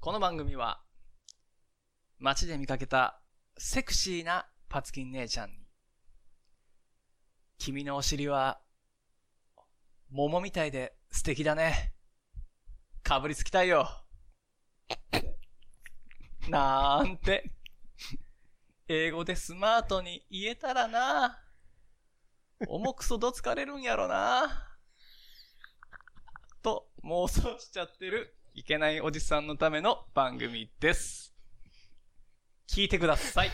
この番組は、街で見かけたセクシーなパツキン姉ちゃんに、君のお尻は、桃みたいで素敵だね。かぶりつきたいよ。なんて、英語でスマートに言えたらな。重くそどつかれるんやろな。と妄想しちゃってるいけないおじさんのための番組です。聞いてください。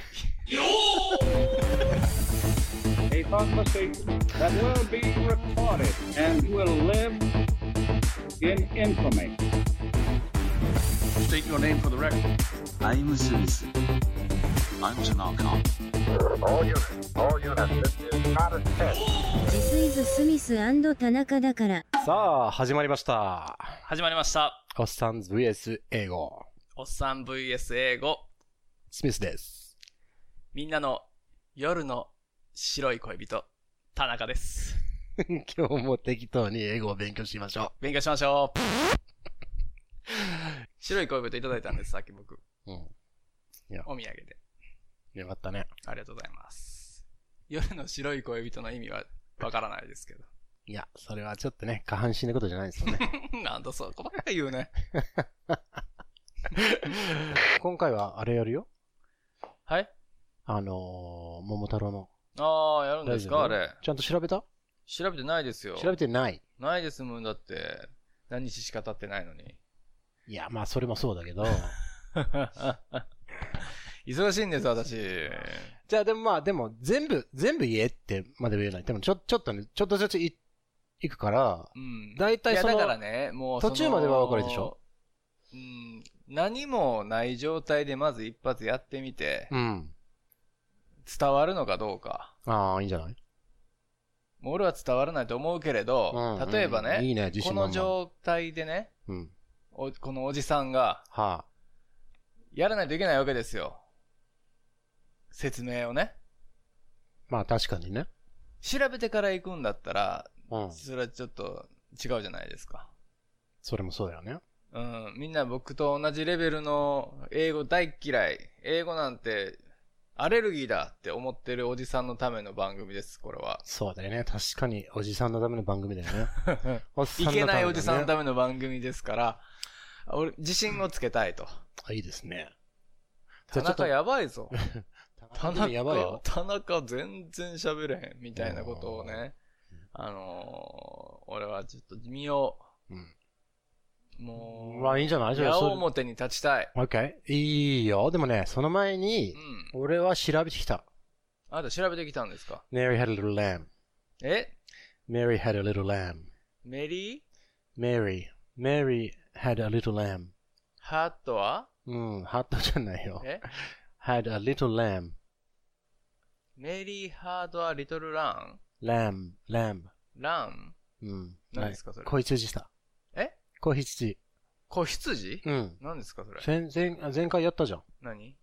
a conversation that will be recorded and will live in infamy. State your name for the record. I'm a citizen. I'm Tanaka. All units, all units. This is not a test. ジスイズ・スミス田中だから。さあ、始まりました。 始まりました。おっさん VS 英語。おっさん VS 英語。スミスです。 みんなの夜の白い恋人、田中です。今日も適当に英語を勉強しましょ勉強しましょ う。白い恋人いただいたんです、さっき僕。う。うん。いやお土産で。よかったね。ありがとうございます。夜の白い恋人の意味はわからないですけど。いや、それはちょっとね、下半身のことじゃないですよね。 なんだそこばっか言うね。今回はあれやるよ。はいあのー、桃太郎の。ああ、やるんですかあ大丈夫れ。ちゃんと調べた調べてないですよ。調べてない。ないですもん、だって。何日しか経ってないのに。 いや、まあ、それもそうだけど。忙しいんです、私。じゃあ、でもまあ、でも、全部、全部言えってまでは言えない。でも、ちょ、ちょっとね、ちょっとずつい、いくから、うん。大体いやそのだからね、もうその途中まではわかるでしょうん。何もない状態でまず一発やってみて、うん。伝わるのかどうか。ああ、いいんじゃないもう俺は伝わらないと思うけれど、うん例えばね、うんいいね自信こ満々の状態でね、うん。おこのおじさんが、はやらないといけないわけですよ。説明をね。あ。まあ、確かにね。調べてから行くんだったら、うん。それはちょっと違うじゃないですか。それもそうだよね。うん、みんな僕と同じレベルの英語大っ嫌い。英語なんてアレルギーだって思ってるおじさんのための番組です、これ は。そうだよね。確かに、おじさんのための番組だよね。おっさ んいけのためのねないおじさんのための番組ですから、俺、自信をつけたいと。あいいですね。田じゃあちょっと中やばいぞ。 田田中中、やばいよ。田中全然喋れへん、みたいなことをね。あのー、俺はちょっと身を、うんもう、まあ、いいんじゃないじゃあ、矢それ。面に立ちたい。 OK。いいよ。でもね、その前うに、ん。俺は調べてきた。あなた調べてきたんですか Mary had a little lamb. え Mary had a little lamb. メリー Mary. Mary had a little lamb. ハートはうん、ハットじゃないよ。え had a little lamb. メリーハードはリトルラ lamb, lamb. ンランうん。何ですかそれ子羊さ。え子羊。子羊うん。何ですかそれ前、前、あ前回やったじゃん。何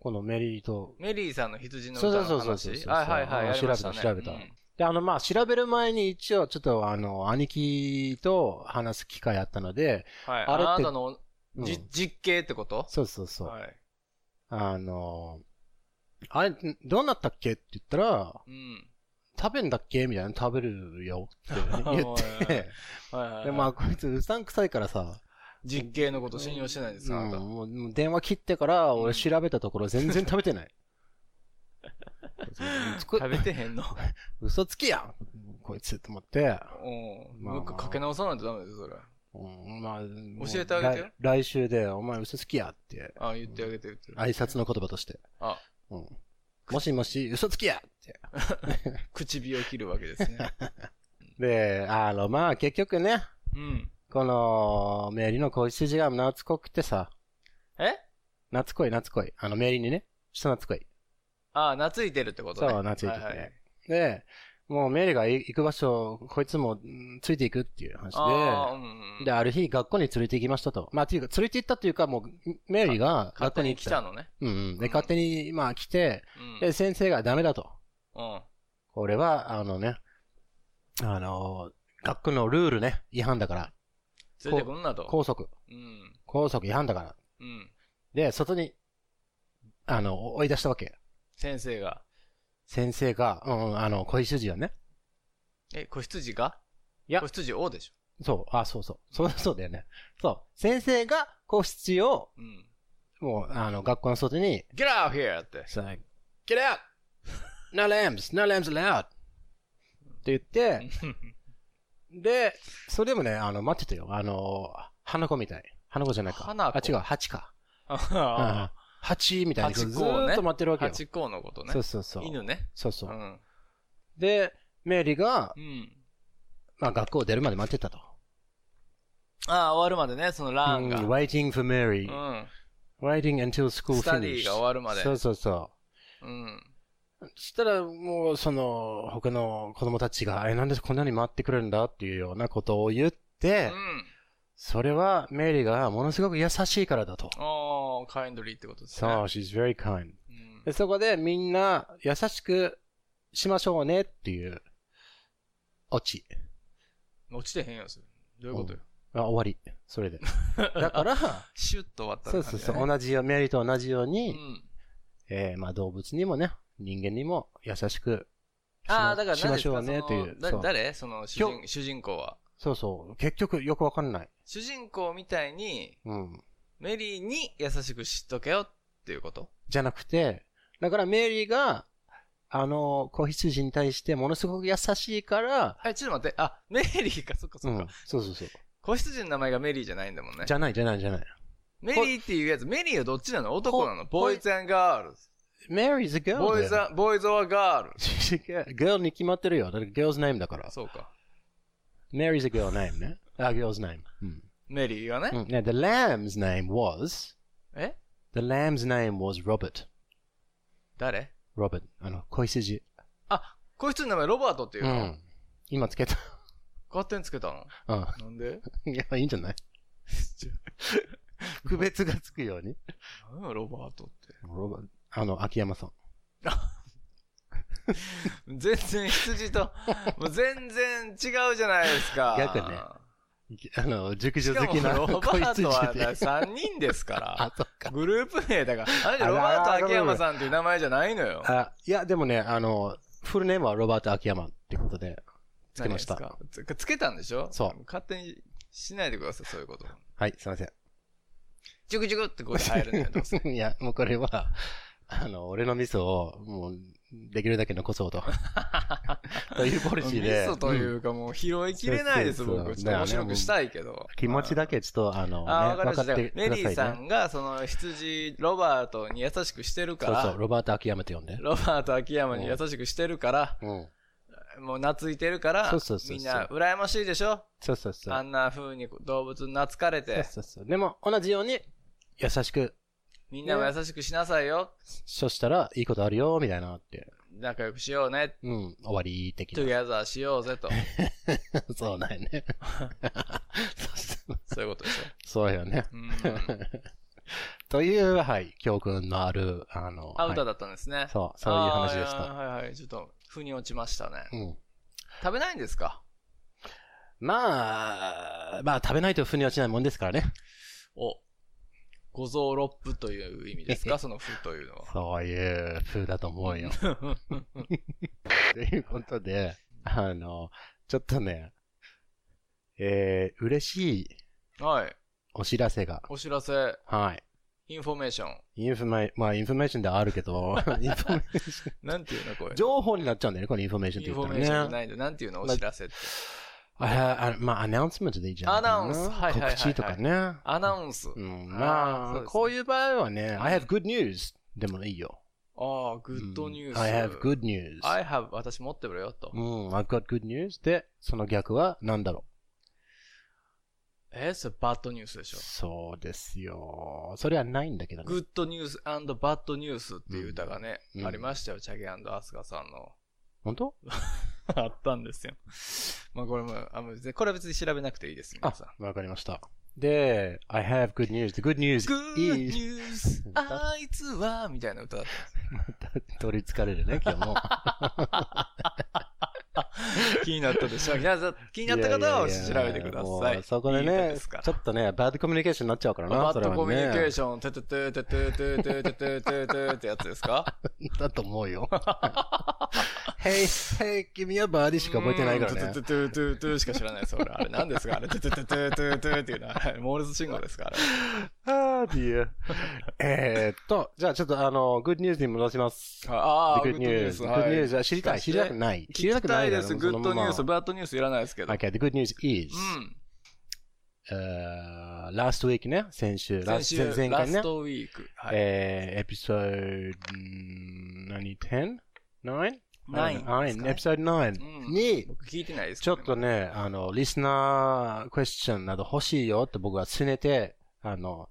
このメリーと。メリーさんの羊の歌そうのそう話そうそうそうそうはいはいはい。あやりましたね調べたう調べたんで、あの、まあ、調べる前に一応、ちょっとあの、兄貴と話す機会あったので、はい。ああれってなたのうんじ実刑ってことそうそうそう。はい。あの、あれ、んどうなったっけって言ったら、うん。食べんだっけみたいな、食べるよって言って、はいはいはい。で、まあ、こいつうさんくさいからさ、実刑のこと信用してないですか、うあんなた。もうもう電話切ってから、うん俺調べたところ全然食べてない。つく食べてへ んの。嘘つきやんこいつと思って、うん。まあまあもう一回かけ直さないとダメですよ、それ。うんまあ、教えてあげてよ来来週で、お前嘘つきやって、あ、言ってあげて、言ってる。挨拶の言葉として。あ、うん。もしもし、嘘つきやって。唇を切るわけですね。で、あの、まあ結局ね、うん。この、メリの子羊が懐っこくてさ、え懐っこい懐っこい。あの、メリにね、下懐っこい。ああ、懐いてるってことね。そう懐いててははで、もうメリがい行く場所、こいつもうんついていくっていう話ああ、で、うんうんうん。で、ある日学校に連れて行きましたと。まあ、というか、連れて行ったというか、もう、メリが勝学手校にに来行ったた。のね。うんうん。うで、ん勝手に、まあ来て、うん。で、先生がダメだと。うん。これは、あのね、あの、学校のルールね、違反だから、ついてこんなと。校則、うん。校則違反だからっうん。で、外に、あの、追い出したわけ。先生が。先生が、うんうん、あの、小羊はね。え、子羊がいや子羊王でしそう、あ、そうそう。そう、そうだよね。そう。先生が個室を、ょ。うん。もう、あの、学校の外に、 Get out of here! って。さ、Get out! No lambs! No lambs allowed! って言って、で、それでもね、あの、待ってたよ。あの、花子みたい。花子じゃないか。 花子あ、違う、蜂か。うんハ蜂みたいな。蜂ず子をねーっと待ってるわけよ。チ公のことね。そうそうそう。犬ね。そうそうう。ん。で、メリーがう、ん。まあ、学校出るまで待ってたと。ああ、終わるまでね、そのランが。うん waiting for Mary. うん。 waiting until school スタデ finish. ィが終わるまでそうそうそう。うん。そしたら、もう、その、他の子供たちが、え、なんでこんなに待ってくれるんだっていうようなことを言っうて、ん。それはメリーがものすごく優しいからだと。おー、カインドリーってことですそね。う、she's very kind. うんでそこでみんな優しくしましょうねっていう、オチ。落ちてへんよ、それ。どういうことよ。あ、終わり。それで。だ から、シュッと終わったそう感そうじそだねう、同じよう、メリーと同じよううに、ん。えーまあ動物にもね、人間にも優しくしまああ、だからしましょう何でねすかという。そのそうだ誰その主今人主人公は。そうそう。結局よくわかんない。主人公みたいに、うん。メリーに優しくしとけよっていうことじゃなくて、だからメリーが、あの、子羊に対してものすごく優しいから、え、ちょっと待って。あ、メリーか、そっかそっうか。ん、そうそうそう。子羊の名前がメリーじゃないんだもんねじ。ゃないじゃないじゃない。メリーっていうやつ、メリーはどっちなの男なのこボーイズガールズ。 Mary's a girl. ボーイズ、ボーイズはガール girl に決まってるよ。だって girl's name だから。そうか。 Mary's a girl name ね。あ、girl's name. うん。メリーがね。うん、ね the lamb's name was, え the lamb's name was Robert. 誰 Robert. あの、子羊。あ、こいつの名前ロバートっていううの、ん。今つけ た。勝手につけたの うん。なんでいや、いいんじゃない 区別がつくように。何やロバートって。ロバあの、秋山さん。 全然羊と、もう全然違うじゃないですか。逆ねあの、熟し女か好もきな ロバ子ー羊トはで。 3人ですからあ、。そっか。グループ名だから。あれじゃあロららバート秋山さんっていう名前じゃないのよ。あ、いや、でもね、あの、フルネームはロバート秋山ってことで、つけました。何ですかつつけたんでしょそう。勝手にしないでください、そういうこと。はい、すいません。 ジュクジュクってこう入るんだよ、どうせ。いや、もうこれは、あの、俺のミスを、もう、できるだけ残そうと。 というポリシーで。 ミスというかもう拾いきれないです、そうそう僕。ちょっだと面よね白くしたいけど。気持ちだ。だけちょっと、あの、ね、あー、わか分りまかっした。てくメだリーささいね。んが、その羊、ロバートに優しくしてるかそうそう、ら、ロバート秋山って呼んで。 ロバート秋山に優しくしてるから、うん。もう懐いてるからそうそうそう、そうみんな羨ましいでしょそうそうそう。あんな風に動物に懐かれそうて、そうそう。でも、同じように、優しく、みんなも優しくしなさいよ。そしたら、いいことあるよ、みたいなって。仲良くしようね。うん、終わり的トゥな。ギャザーしよう ぜと。そうなんやね。 そしたらそういうことでしょ。そうよね。 うん。という、はい、教訓のある、あの、あ、はい歌だったんですね。そう、そういう話でしあーた。はいはい。ちょっと、腑に落ちましたね。うん。食べないんですかまあ、まあ、食べないと腑に落ちないもんですからね。お。五臓六腑という意味です かその腑というのそういう風だと思うよ。は。ということで、あの、ちょっとね、えー、嬉しいはい。 お知らせが、お知らせ、はい。イインフォメーション。ンフォメ、まあ、インフォメーションではあるけ ど、インフォメーショなんていうのこれン、。情報になっちゃうんだよね、このインフォメーションイってンフ言ォったメーショらンじゃね。ないんで、なんていうのお知らせって。ああ、まあ、アナウンスメントでいいじゃん。アナウンスはいはいはいはい告知とかね。アナウンス。うん、あーまそあうですねこういう場合はね、I have good news でもいいよ。ああ、グッドニュース。 I have good news. I have 私持ってるよとう。ん、I've got good news で、その逆は何だろえそれバッドニュースでしうょ。そうですよ。それはないんだけどね。グッドニュースバッドニュースっていう歌がね、うんありましたよ。チャゲアスカさんの。本当あったんですよ。まあこれも、あもう別にこれは別に調べなくていいです、皆あさん。、わかりました。で、I have good news. The good news グッドニ is... ュース、あいつは、みたいな歌だったんですね。 取りつかれるね、今日も。気になったでしょ。皆さん気になった方は調べてくだもさい。うそこでいい歌ねですからちょっとね、バッドコミュニケーションになっちゃうからな、バそッれドはねコミュニケーション、トゥトゥトゥトゥトゥトゥトゥトゥトゥトゥってやつですかだと思うよ。 へい、へい、君はバーディしか覚えてないからうんトねゥ。トゥトゥトゥトゥしか知らないです、俺。あれ何ですかあれ、トゥトゥトゥトゥトゥトゥっていうのは、あれモールス信号ですから。 あー、ディア。えーっと、じゃあちょっとあの、グッドニュースに戻します。ああ、ググッッドドニニュューース。ス。はグいッドニュース、知りたい。知りたくない。知りたくない聞きです、グッドニュース、ババッドニュースいらないですけど。 Okay, the good news う is,、ん。 uh, last week ね、先週、先 last- 週、前前ラ回ねス、トウィーク。はい。えー、エピソード、んー何、10? 9? ナインですかねエピソードう9んに、僕聞いてないですけちょどっとね、あの、リスナークエスチョンなど欲しいよって僕が拗ねて、あの、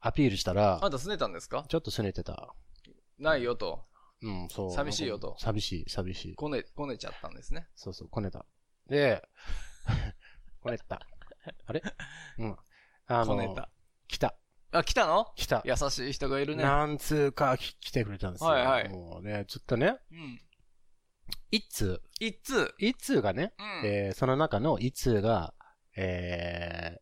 アピールしたらあ、んた拗ねたんですかちょっと拗ねてた。ないよと。うん、そう。寂しいよと寂しい、寂しい。こね、こねちゃったんですね。そうそう、こねた。 で、こねた。あれうん。あこねの、た。来た、あ、来たの来た。優しい人がいるね。何通か来来てくれたんですよ。はいはいもうね、ちょっとね、うん。一通、一通。一通がね、うん。えーその中の一通が、えー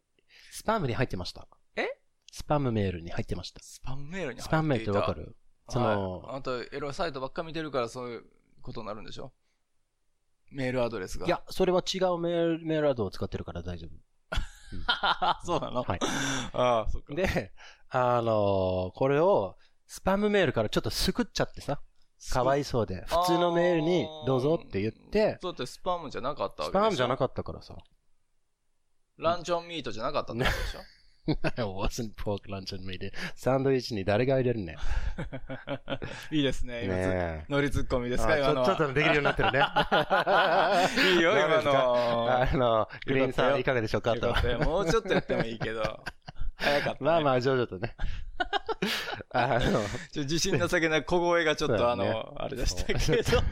スパムに入ってました。えスパムメールに入ってました。スパムメールに入っていたスパムメールってわかるそのはいあなた、エロサイトばっか見てるからそういうことになるんでしょメールアドレスが。い、や、それは違うメール、メールアドを使ってるから大丈 そうなの夫。はい。ああ、そっか。で、あのーこれを、スパムメールからちょっとすくっちゃってさ、かわいいそうで、普通のメールにどうぞって言って、だってスパムじゃなかったわスけでしょパムじゃなっかったからさ。た。ランチョンミートじゃなかったってことでしょ wasn't pork lunch and meat. サンドイッチに誰が入れるね。いいですね。今つねえ。ノリツッコミですあかち今のょは。ちょっとできるようになってるね いいよ、どうで今すか。の。あの、グリーンよかったさよんいかがでしょうかよとか。ったよもうちょっとやってもいいけど。早かった、ね。まあまあ、徐々と ね。あの、ちょ自信なさげな小声がちょっと、そうあだの、ねあれでしたけ ど。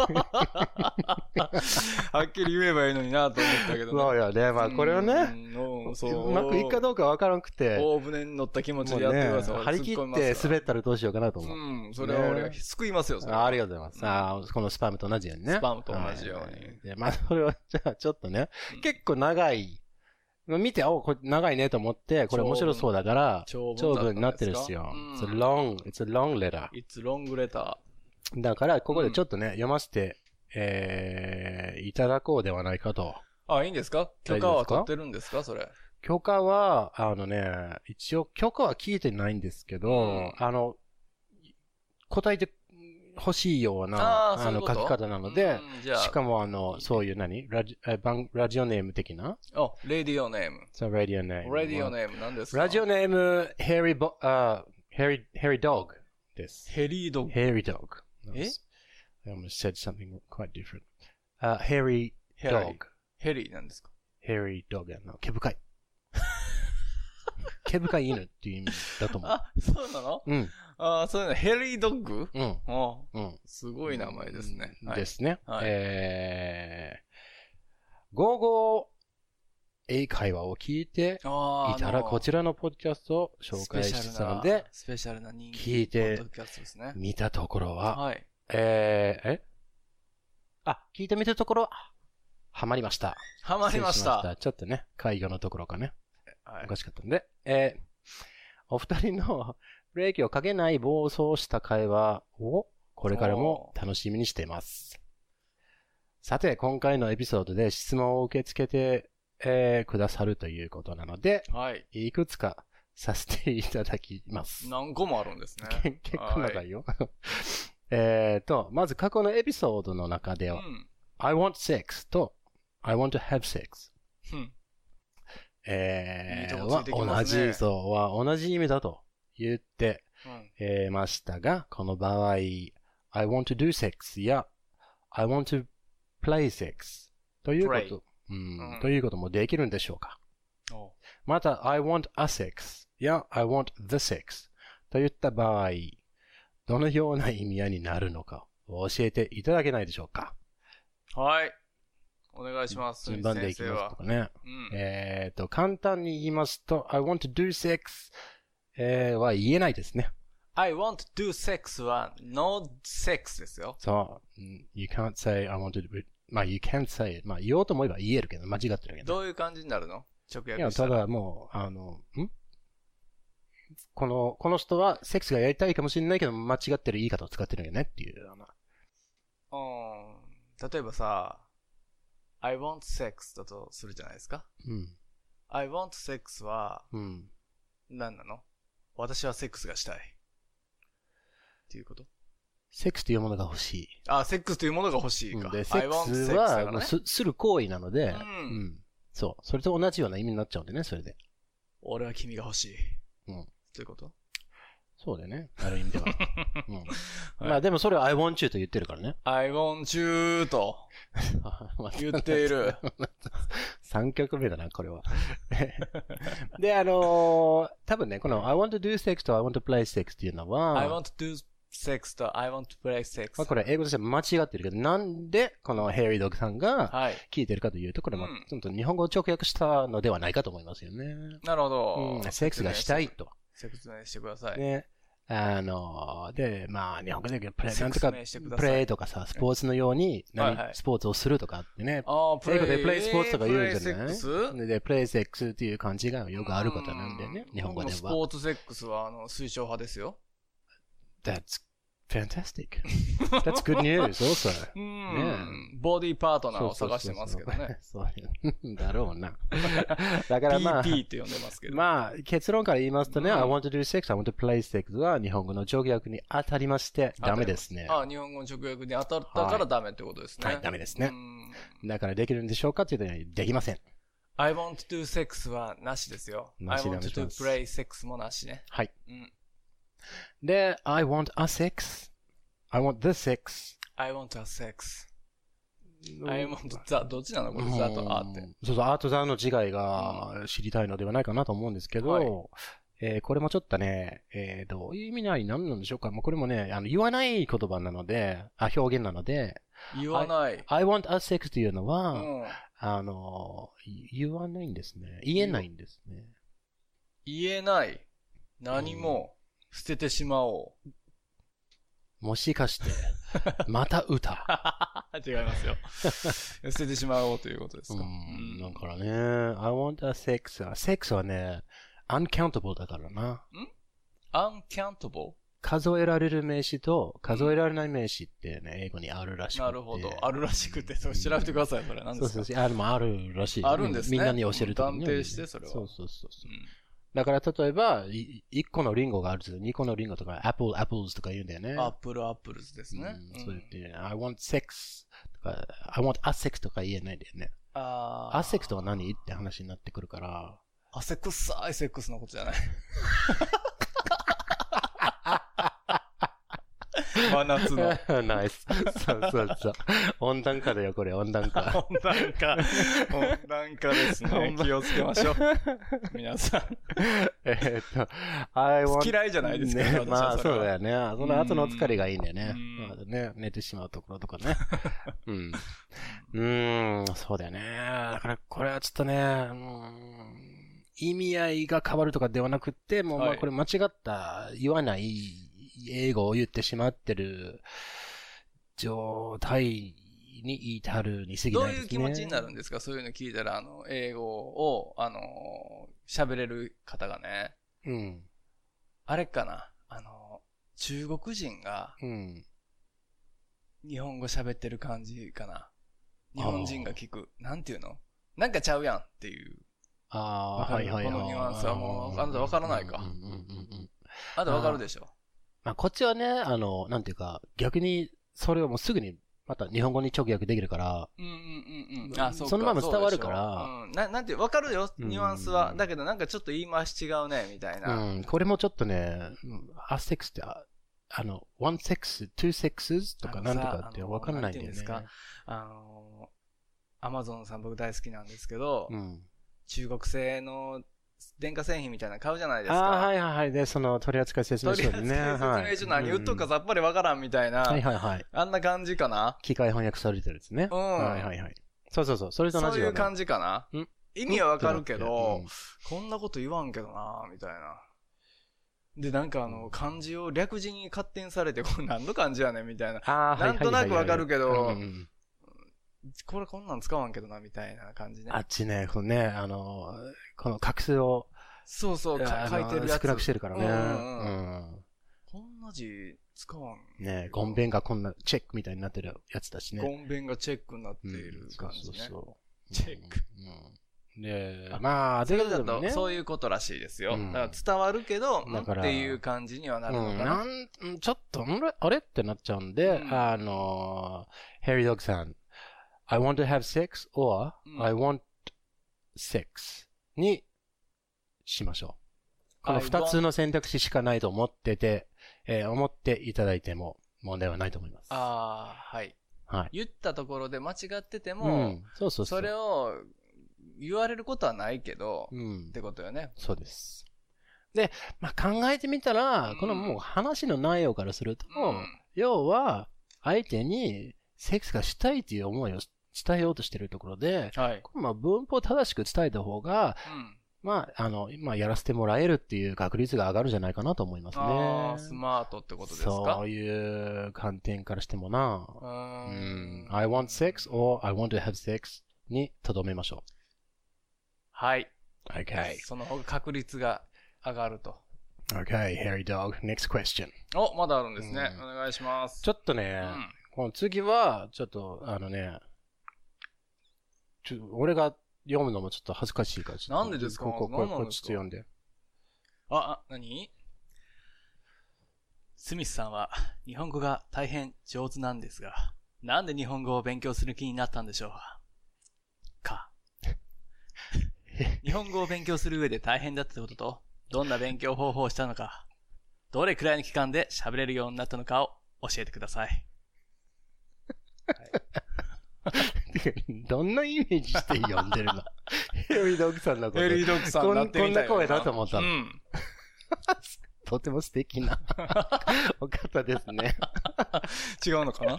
はっきり言えばいいのになと思ったけど、そうよね。まあ、これをね、うん、うんそうう。まくいくかどうかわからなくて、も大船に乗った気持ちうでやってね、ください。張り切ってす滑ったらどうしようかなと思う。うん、それは俺は救いますよ、それはあありがとうございます。あーこのスパムと同じようにね。スパムと同じようにはいで、まあ、それは、じゃあ、ちょっとねうん、結構長い、見て、おこれ長いねと思って、これ面白そうだから、長長だ文になってるんですよ。It's a long, it's a long letter. いつロングレタだから、ここでちょっとね、読ませて、えー、いただこうではないかと。ー。あ、いいんですか許可は取ってるんですかそれ。許可は、あのね、一応許可は聞いてないんですけど、うんあの、答えて欲しいような、ああー、そういの、う書ことき方なので、、うんじゃあ、しかも、あの、そういう何ラジえ番ラジオネーム的なあ、レディオネーム。そう、ラジオネーム。レディオーネーム何ですム。かラジオネーム、ヘリボ、あ、ヘリ、ヘリドッグです。ヘリード。ヘリドッグ。え I almost said something quite different. あ、ヘリドッグ。ヘリーなんですかヘリドッグやな。毛深 い。毛深い犬っていう意味だと思う。あ、そうなのうん、ああ、そういうの、ヘリードッグうん、あうん。すごい名前ですね。はいですね。はいえー、午後、英会話を聞いてあーいたら、こちらのポッドキャストを紹介してたので、スペシャルな、スペシャルな人気聞いてポッドキャストですね。見たところは、はい。えー、えあ、聞いてみたところ、ハマりました。ハマりまし失礼た。ちょっとね、会議のところかね、はいおかしかったんで、えー、お二人の ブレーキをかけない暴走した会話を、これからも楽しみにしています。さて、今回のエピソードで質問を受け付けて、えーくださるということなので、はい。いくつかさせていただきます。何個もあるんですね。結構長いよ。 えっと、まず過去のエピソードの中でうは、ん。 I want sex と I want to have sex うんいいえとー、こつはいてきますね同じ、そう、は同じ意味だと言って、うんえーましたが、この場合、I want to do sex や I want to play sex ということ、うんうんということもできるんでしょうか。おうまた、I want a sex や I want the sex といった場合、どのような意味合いになるのかを教えていただけないでしょうか。はい。お願いします。順番でいき先生ますはと。かね。うんえっと、簡単に言いますと、I want to do sex、えーは言えないですね。 I want to do sex は no sex ですよ。そう、うん you can't say I want to do, まあ、you can't say it. まあ、言おうと思えば言えるけど、間違ってるけど。どういう感じになるの直いや、訳したたら。だもう、あの、んこの、この人はセックスがやりたいかもしれないけど、間違ってる言い方を使ってるよねっていうような。うん。例えばさ、I want sex だとするじゃないですか。うん。 I want sex はうん。何なの私はセックスがしたい。っていうことセックスというものが欲しい。あ、セックスというものが欲しいか。で、セ I ッ want クス sex だからは、ねもうすする行為なので、うんそう。それと同じような意味になっちゃうんでね、それで。俺は君が欲しい。うんということそうだよね。ある意味 では。うんはいまあでもそれは I want you と言ってるからね。 ?I want you と言っている。 3曲目だな、こ れは。で、あのー多分ね、この I want to do sex と I want to play sex っていうのは、 I want to do sex と I want to play sex まあ、。これ英語として間違ってるけど、なんでこのヘイリードッグさんがはい。聞いてるかというと、これまあうんちょっと日本語を直訳したのではないかと思いますよね。なるほうど。ん、セックスがしたいと。説明してください。ね。あのーで、まあ、日本語だけど、プレイ、説な明んとか、してくだプさいレイとかさ、スポーツのように、はい何、はいスポーツをするとかってね、ああ、プレ英イ語でプレイスポーツとか言うんじゃプなレイいセックスでで、プレイセックスっていう感じがよくあることなんだよねう、ん日本語でスポは。ーツセックスはあの推奨派ですよ。 That's fantastic. That's good news also. うん、ねボディーパートナーを探してますけどね。 そうそうそうそうだろ うな。だからまあ、 PP って呼んでますけど。まあ、結論から言いますとね、うん I want to do sex, I want to play sex は日本語の直訳に当たりまして、ダメですね。ああ、日本語の直訳に当たったからダメってことですね。はい、ダメですねう。んだからできるんでしょうかっていうと、できません。 I want to do sex はなしですよ。な I しダメ want です to do play sex もなしね。はい。うんで、I want a sex. I want the sex. I want a sex. I want the, どっちなのこれ、うんザとあって。。そうそう、アートザの自害が知りたいのではないかなと思うんですけど、はいえーこれもちょっとね、えーどういう意味なり何なんでしょうか。もうこれもね、あの言わない言葉なので、あ表現なので、言わない。 I want a sex というのは、うんあの、い言わないんですね。言えないんですね。言えない。何も捨ててしまおう。もしか して、また歌。違いますよ。 捨ててしまおうということですうか。ん、だからね、I want a sex. は sex はね、uncountable だからな。 uncountable? 数えられる名詞と数えられない名詞ってね、英語にあるらしくて。なるほど。あるらしくて、そう調べてください。それ何そでうすそうかそう。あるもあるらしいよ。あるんですねみんなに教えるときには断定してそれはそうそうそうそうう。んだから例えば、1個のリンゴがあると2個のリンゴとか、apple, apples とか言うんだよね。アップルアップルズですね。ううんんそうやってね、I want sex とか、I want a sex とか言えないんだよね。あーあ sex とは何って話になってくるから。汗臭いセックスのことじゃない。 真夏 の。ナイス。そうそうそう。温暖化だよ、これ、温 暖化。温暖化、温暖化ですね。気をつけましょう。皆さん。えーっと、I 好 want き嫌いじゃないですけど、ね私はまあれはそうだよね。その後のお疲れがいいんだよねうん。まあね寝てしまうところと かね。うん。うーん、そうだよね。だからこれはちょっとね、うん意味合いが変わるとかではなくって、もうまはあいこれ間違った、言わない英語を言ってしまってる状態に至るに過ぎどうないですね。いう気持ちになるんですかそういうの聞いたら、あの、英語を、あのー、喋れる方がね。うん。あれかなあのー、中国人がうん。日本語喋ってる感じかな日本人が聞く。なんていうのなんかちゃうやんっていう。わああ、かはるいはいはい。このニュアンスはもうあなたわからないかうんうんうんうんあとわかるでしょまあ、こっちはね、あの、なんていうか、逆に、それをもうすぐに、また日本語に直訳できるから、うんうんうんうん。まああ、そうかそのままうでしょ伝わるからうん。な、なんていう、わかるよ、うんニュアンスは。だけどなんかちょっと言い回し違うね、みたいうな。ん、これもちょっとね、うんアセックスって、ああの、one sex, two sexes とかあなのんさとかってあのわからないんだよね。なんて言うんですあのー、アマゾンさん僕大好きなんですけど、うん。中国製の電化製品みたいなの買うじゃないですあか。あ、はいはいはい。で、その、取扱説明とりあ書えずに説ね。 はい明書何言っとくかさっぱりわからんみたいうんはいな、はいはい。あんな感じかな機械翻訳されてるですね。うんはいはいはい。そうそうそう。それと同そうじいよううな。感じかうなん意味はわかるけうどん、こんなこと言わんけどなみたいな。で、なんかあの、漢字を略字に勝手にされて、これ何の漢字やねんみたいな。ああ、はいはいはいはいなんとなくわかるけどうんうんこれこんなん使わんけどな、みたいな感じねあ。っちね、このね、あの、この画数をそうそう、かあ書のいてるやつ。少なくしてるからね。うんううんうんんこんな字使わん。ねゴンベンがこんなチェックみたいになってるやつだしね。ゴンベンがチェックになってういんる感じね。そうそうそう。チェックうん。で、まあ、そでれだでもと、ねそういうことらしいですよ。うんだから伝わるけど、だからっていう感じにはなるのうん、かなな。ん、うんちょっと、んれあれってなっちゃうんで、うんあのー、ヘリードッグさん、I want to have sex or うん I want sex にしましょう。この I 二つの選択肢しかないと思ってて、えー思っていただいても問題はないと思います。ああ、はい。はい。言ったところで間違っててうも、ん。そうそうそう。それを言われることはないけど、うんっ。てことよね。そうです。で、まあ、考えてみたら、うんこのもう話の内容からすると、うん要は、相手にセックスがしたいという思いを伝えようとしてるところで、はい。これまあ文法を正しく伝えた方が、うん。まあ、あの、今やらせてもらえるっていう確率が上がるんじゃないかなと思いますああ、スね。マートってことですそかういう観点からしてもな。ううーん。I want sex or I want to have sex にとどめましょはい。う。Okay. その方が確率が上がると。 Okay, hairy dog. Next question. お、まだあるんですね。うんお願いします。ちょょっっとね、この次は、ちょっと、あのね、ちょ俺が読むのもちょっと恥ずかしいから、ちょっとなんでですかここ、こなんなこんっですちかょっと読んで。 あ、あ、何スミスさんは日本語が大変上手なんですが、なんで日本語を勉強する気になったんでしょうか。 日本語を勉強する上で大変だったことと、どんな勉強方法をしたのか、どれくらいの期間で喋れるようになったのかを教えてください。どんなイメージして読んで るのヘリードッグさんのこエリードッグさんこんなってみたいよこんな声だと思ったのうん。と。とても素敵な お方です ね。違うのかない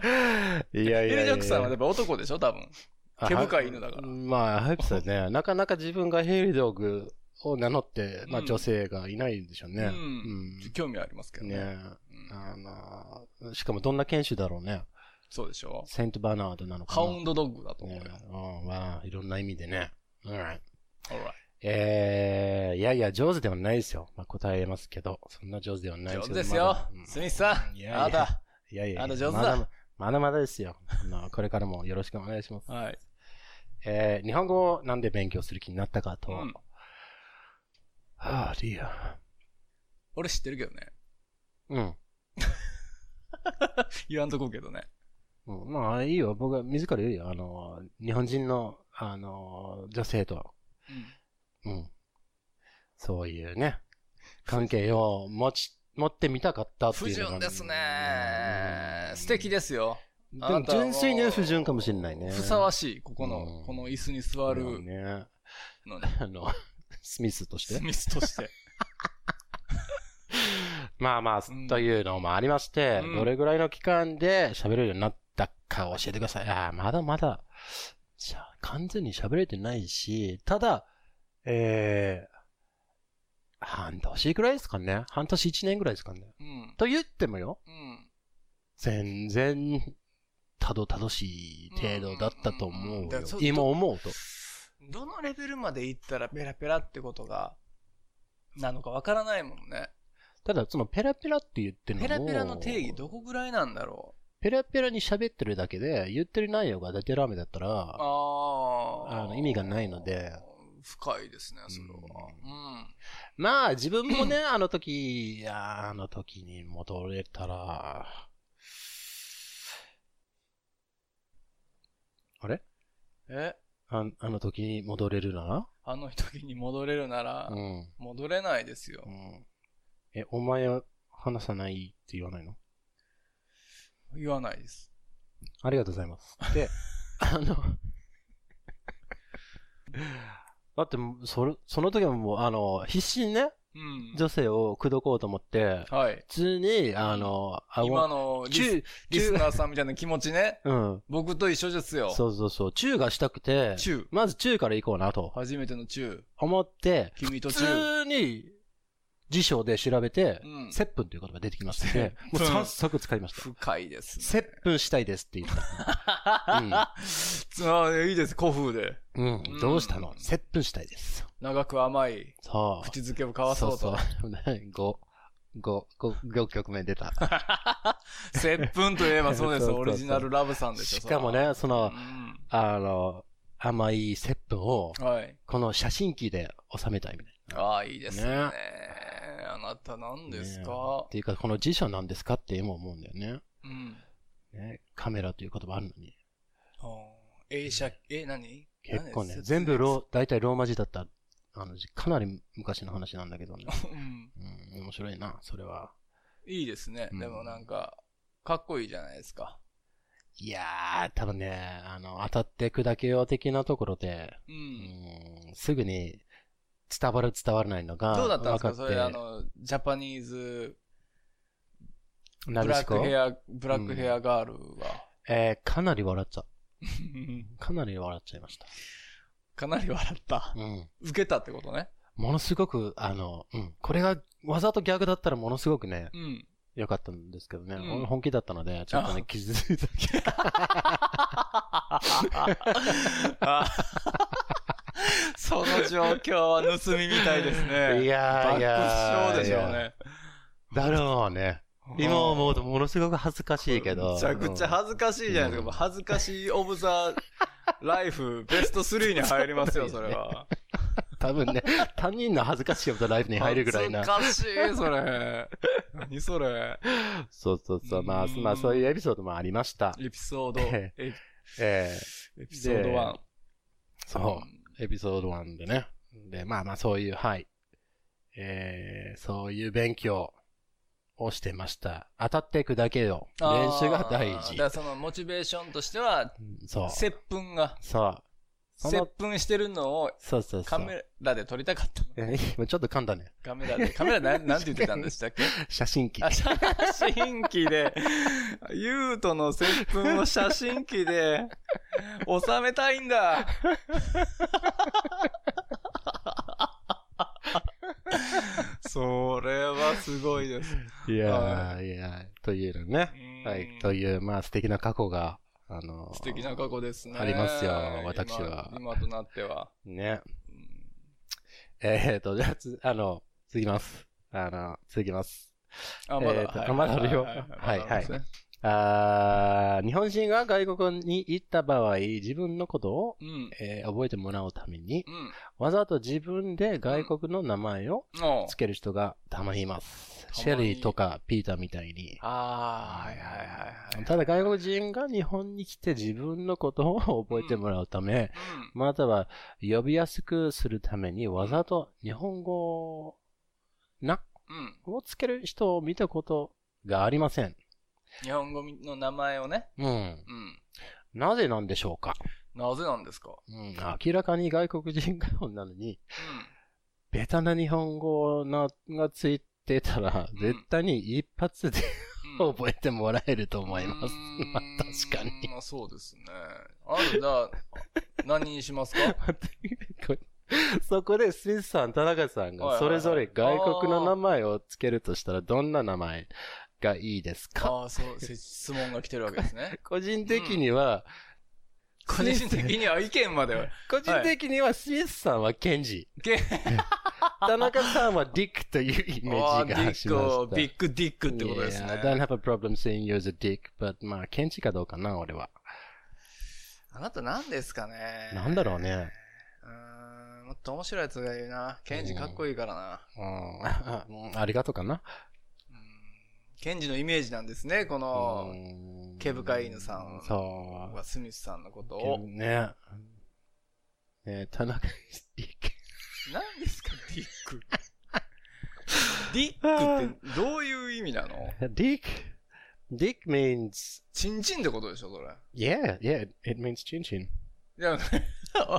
エやいリやーいドやッグさんはやっぱ男でしょ多分。あ毛深い犬だから まあ、ハイプさん ね、なかなか自分がヘリードッグを名乗って、まあうん女性がいないんでしょうね。うんうん興味はありますけどね。ねうんあの、しかもどんな犬種だろうね。そうでしょセントバーナードなのかハな。ウンドドッグだと思うねよ。うん、まあ、いろんな意味でね。Alright ほら。えー、いやいや、上手ではないですよ。まあ、答えますけど、そんな上手ではない上手けどですよまだう。んスミスさいん。やいやあなた。いやいやいや、あなた上手だまだまだまだですよ。あのこれからもよろしくお願いします。はい。えー、日本語をなんで勉強する気になったかと。うんああ、リア。俺知ってるけどね。うん。言わんとこうけどね。うんまあ、いいよ。僕は自ら言うよ。あの、日本人の、あの、女性と、うん。そういうね、関係を持ち、持ってみたかったって不いうのが。純ですねう。ん素敵ですよ。でも純粋には不純かもしれないね。ふさわしい、ここうのん、この椅子に座るうんね。のね。あの、スミスとしてス。ミスとして。まあまあ、うんというのもありまして、うんどれぐらいの期間で喋れるようになったか教えてください。ああ、まだまだ、しゃ完全に喋れてないし、ただ、えー、半年ぐらいですかね。半年一年ぐらいですかね。 うん。と言ってもよ、うん。全然、たどたどしい程度だったと思ううんよだからそう今思うと。どのレベルまで行ったらペラペラってことが、なのかわからないもんね。ただ、そのペラペラって言ってるのペもラペラの定義どこぐらいなんだろペラペラに喋ってるだけで、言ってる内容がだけラメだったうら、ああ。あの意味がないので。深いですね、それは。うん。まあ自分もね、あの時、いやあの時に戻れたら、あれえああの時に戻れるなあの時に戻れるならら、うん。戻れないですよう。んえ、お前は話さないって言わないの言わないです。ありがとうございます。 で、あの、だってもうそれ、その時はもう、あの、必死にね、うん。女性を口説こうと思って、はい普。通に、あの、あ今のリス中、リス中、ナーさんみたいな気持ちね。うん。僕と一緒ですよ。そうそうそう、中がしたくて、中。まず中から行こうなと初めての中。思って、君と普中。通に、辞書で調べてう、ん接吻という言葉が出てきましたので、もう うん早速使いました。深いですね。接吻したいですって言った。 う んああ、いいです、古風で。うん。どうしたのうん接吻したいです。長く甘いそう。口づけを交わそうと。 そうそう。5、5、5曲目出た。接吻といえばそうです、そうそうそうオリジナルラブさんでしょ。しかもね、そそら、のう、んあの、甘い接吻を、はい。この写真機で収めたいみたいな。ああ、いいですね。ねあなた何ですかっ、ていうか、この辞書なんですかって今思うんだよね。うん。ねカメラという言葉あるのに。あー映写、え、何結構ね何、全部ロー、大体ローマ字だった、あの、かなり昔の話なんだけどね。 うんうん、面白いな、それは。いいですね。うんでもなんか、かっこいいじゃないですか。いやー、多分ね、あの、当たって砕けよう的なところで、う。うんん、すぐに伝わる伝わらないのが、どうだったんですか分そってれ、あの、ジャパニーズ、なブでラッしクこヘア、ブラックヘアガールは。えーかなり笑っちゃう。かなり笑っちゃいました。かなり笑った。うん。受けたってことね。ものすごく、あの、うん。これがわざと逆だったらものすごくね、 うん。良かったんですけどね、うんほん本気だったので、ちょっと ね、傷ついたけど。その状況は盗みみたいですね。いやーいやー爆笑でしょうね。だろうね。今思うとものすごく恥ずかしいけど。めちゃくちゃ恥ずかしいじゃないですか。うんもう恥ずかしいオブザライフベスト3に入ります よ、それは。うん多分ね、他人の恥ずかしいことライブに入るぐらいな。恥ずかしい、それ。何それ。そうそうそう。まあ、うんまあ、そういうエピソードもありました。エピソード、えエえエピソード1。ーそう。エピソード1でね。で、まあまあ、そういう、はい。えー、そういう勉強をしてました。当たっていくだけよ。あー練習が大だから事。そのモチベーションとしては、そう。接吻が、そう。そ接の吻してるのをそうそうそう。カメラで撮りたかったの。えー今ちょっと噛んだね。カメラで、カメラなんなんて言ってたんでしたっけ写真機。あ、写真機で、ユートの接吻を写真機で、収めたいん だ。それはすごいです。いやー、いやーというのね。はい。とういう、まあ、素敵な過去が、あのん。素敵な過去ですね。ありますよ私は今今となっては。ね。うんえっ、ー、と、じゃあ、つ、あの、続きます。あの、続きます。あ、まえだ、ーとあまだあるよはいまだあるんですねあー日本人が外国に行った場合、自分のことを、うん。えー覚えてもらうために、うん。わざと自分で外国の名前をおうつける人がたまにいます。たシまェにリーとかピーターみたいに。ああ、はいはいはいはい。ただ外国人が日本に来て自分のことを覚えてもらうため、うんまたは呼びやすくするためにわざと日本語なうん。をつける人を見たことがありません。日本語の名前をね。うん。うん。なぜなんでしょうか、なぜなんですかうん、明らかに外国人顔なのに、ベタな日本語ながついてたら、ん絶対に一発でうん。うん覚えてもらえると思います。うーんまあ確かに。まあそうですね。あるだ、何にしますかそこでスミスさん、田中さんはいがはいそはいれぞれ外国の名前をつけるとしたらどんな名前がいいですかああ、そう、せ質問が来てるわけです ね。個人的には、個人的には意見までは。個人的にはスミスさんはケンジ。ゲ 田中さんはディックというイメあーあジデがィしッまクしを、た。ビッグディックってことですね。 Yeah, I don't have a problem saying you're a dick, but まあ、ケンジかどうかな、俺は。あなた何ですかねなんだろうね。うーん、もっと面白いやつがいいな。ケンジかっこいいからな。うん、 うんありがとうかな。うんケンジのイメージなんですね、この、うん毛深い犬さんそはスミスさんのことう。を。ね。ね田中、 ディック。何ですか、ディッ ク。ディックってどういう意味なの Dick? Dick means, チンチンってことでしょ、それ。 yeah, yeah, it means chin chin. いや、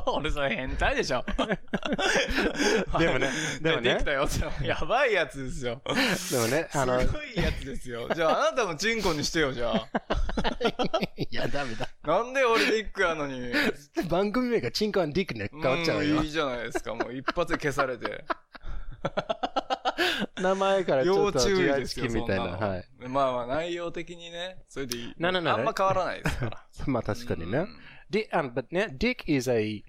俺それ変態でしょ。 で もねでも ねできたよ。やばいやつですよ。 でもね、すあごの、いやつですよ。じゃああなたもチンコにしてよ、じゃあ。いや、ダメだ。なんで俺ディックやのに。 番組名がチンコンディックね、変わっちゃうよ んいい。じゃないですか。もう一発で消されて。名前からちょ要っと注意違いでつすきよ、そみんたいなな。の。はい。まあまあ、内容的にね、それでいい。なななあんま変わらないですから。まあ 確かにうねん。。 Dick, and, but yeah, Dick is a,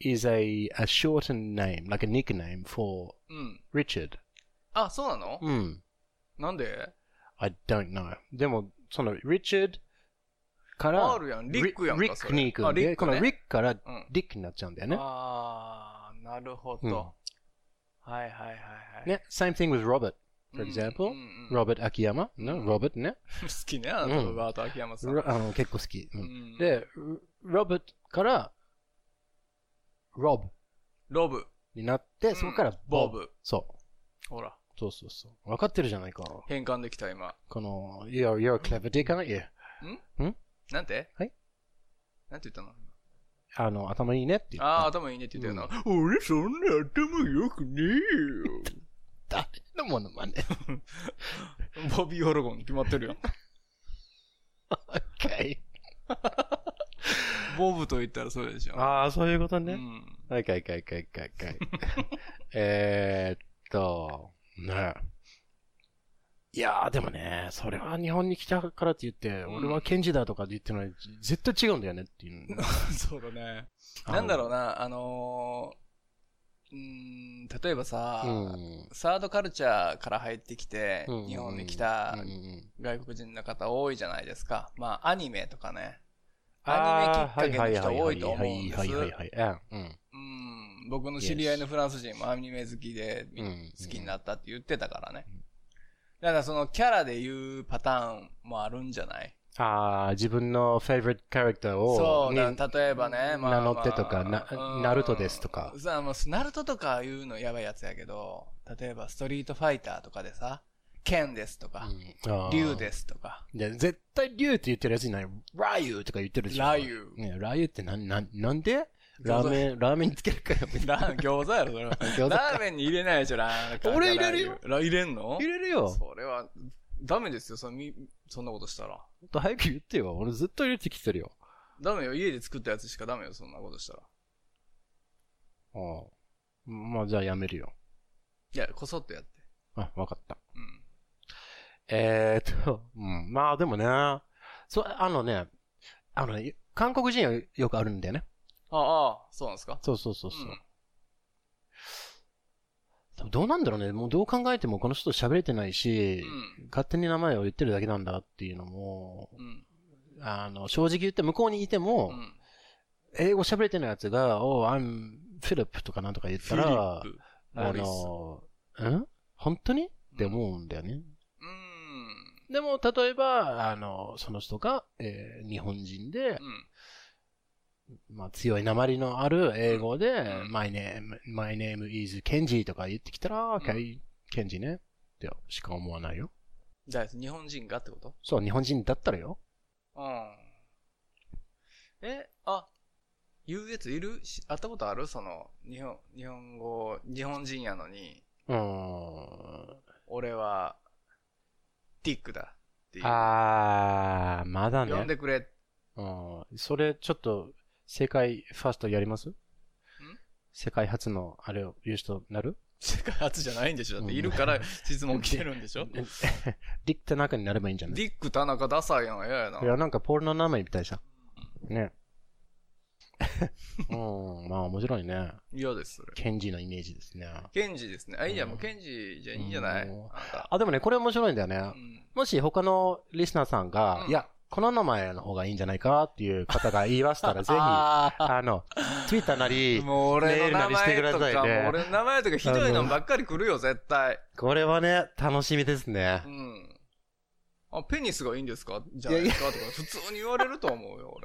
is a, a shortened name, like a nickname for うん。 Richard. あ、そうなのうん。なんで I don't know. でも、その Richard から、あるやんリックやんかリリッそクれに行くんで、あリッこクねのリックからうん。リックになっちゃうんだよね。ああ、なるほど。はいはいはいはい。ね、same thing with Robert, うん for example. うんうんうん Robert 秋山、ね、Robert ね。 好きね、あなたのバート秋山さん。ろあの結構好き。ううんん、で、Robert から、Rob ロブ、になって、んそこからボ Bob。ブ。そう。ほら、そうそうそう。分かってるじゃないか。変換できた今。この、You're, you're a clever dick, aren't you? なんてはいなんて言ったのあの、頭いいねって言った。ああ、頭いいねって言ったよな。俺そんな頭良くねえ誰のものま ね。よ。 ボビー・オロゴン決まってるよ。 Okay. ボブと言ったらそうでしょ。ああ、そういうことうね。ん。はい、はい、はい、はい、はい、 はい。えーっと、ねいやー、でもね、それは日本に来たからって言って、うん俺は検事だとかって言ってるのに、絶対違うんだよねっていう。 そうだね。あのなんだろうな、あのー、うーん、例えばさ、うん。サードカルチャーから入ってきて、うん日本に来たうんうん外国人の方多いじゃないですか。まあ、アニメとかね。あーアニメきっかけの人多いと思うんですはいはいはいはいはい。うん。うん、僕の知り合いのフランス人もアニメ好きで、みうん好きになったって言ってたからね。だからそのキャラで言うパターンもあるんじゃないああ、自分のフェイブリットキャラクターを。そうだに、例えばね、まあ、名乗ってとかなうんナルトですとかさあ、もう、ナルトとかいうのやばいやつやけど、例えばストリートファイターとかでさ、剣ですとか、あー竜ですとか、で絶対竜って言ってるやつにない。ラユとか言ってるでしょ。ラユね、ラユってなん、なん、なんで餃子ラーメン、ラーメンにつけるかよ、みたいな。ラー 餃子やろ、それは。餃子ラかーメンに入れないでしょ、ラーメン。 俺入れるよラ入れんの入れるよ。もそれは、ダメですよ、そんみそんなことしたら。っと早く言ってよ。俺ずっと入れてきてるよ。ダメよ、家で作ったやつしかダメよ、そんなことしたら。ああ。まあ、じゃあやめるよ。いや、こそっとやって。あ、わかった。うん。えーっと、うん。まあでもね、そう、あのね、あのね、韓国人はよくあるんだよね。あああ、そうなんですかそうそうそうそうう。んでもどうなんだろうね。もうどう考えてもこの人喋れてないし、う勝手に名前を言ってるだけなんだっていうのも、うん。あの、正直言って向こうにいても、うん。英語喋れてないやつが、Oh, I'm Philip とかなんとか言ったら、フィリップあモリスの、ん本当にって思うんだよね。うん。でも、例えば、あの、その人が、えー日本人で、うん。まあ、強い訛りのある英語で、うん My name, my name is Kenji とか言ってきたら、OK, Kenji ね。ってしか思わないよ。じゃあ、日本人がってことそう、日本人だったらよ。うん。え、あ、言うやついるし会ったことあるその、日本、日本語、日本人やのに、うーん。俺は、ディックだっていう。あー、まだね。呼んでくれ。うんそれ、ちょっと、世界ファーストやります世界初の、あれを言う人なる世界初じゃないんでしょだっているから質問来てるんで しょディック・タナカになればいいんじゃないディック田中ダサいやん、嫌やな。いや、なんかポールの名前みたいじゃん。ね。 うん、まあ面白いね。嫌です、それ。ケンジのイメージですね。ケンジですね。あ、いいや、もうケンジじゃいいんじゃないあうんなた。あ、でもね、これ面白いんだよね。うんもし他のリスナーさんが、うんいや、この名前の方がいいんじゃないかっていう方が言いまし たら、ぜひ、ああーの、ツイッターなり、もう俺の名前とメールなりしてくだか、さいねもう俺の名前とかひどいのばっかり来るよ、絶対。これはね、楽しみですねう。ん。あ、ペニスがいいんですかじゃないですかとか、普通に言われると思うよ、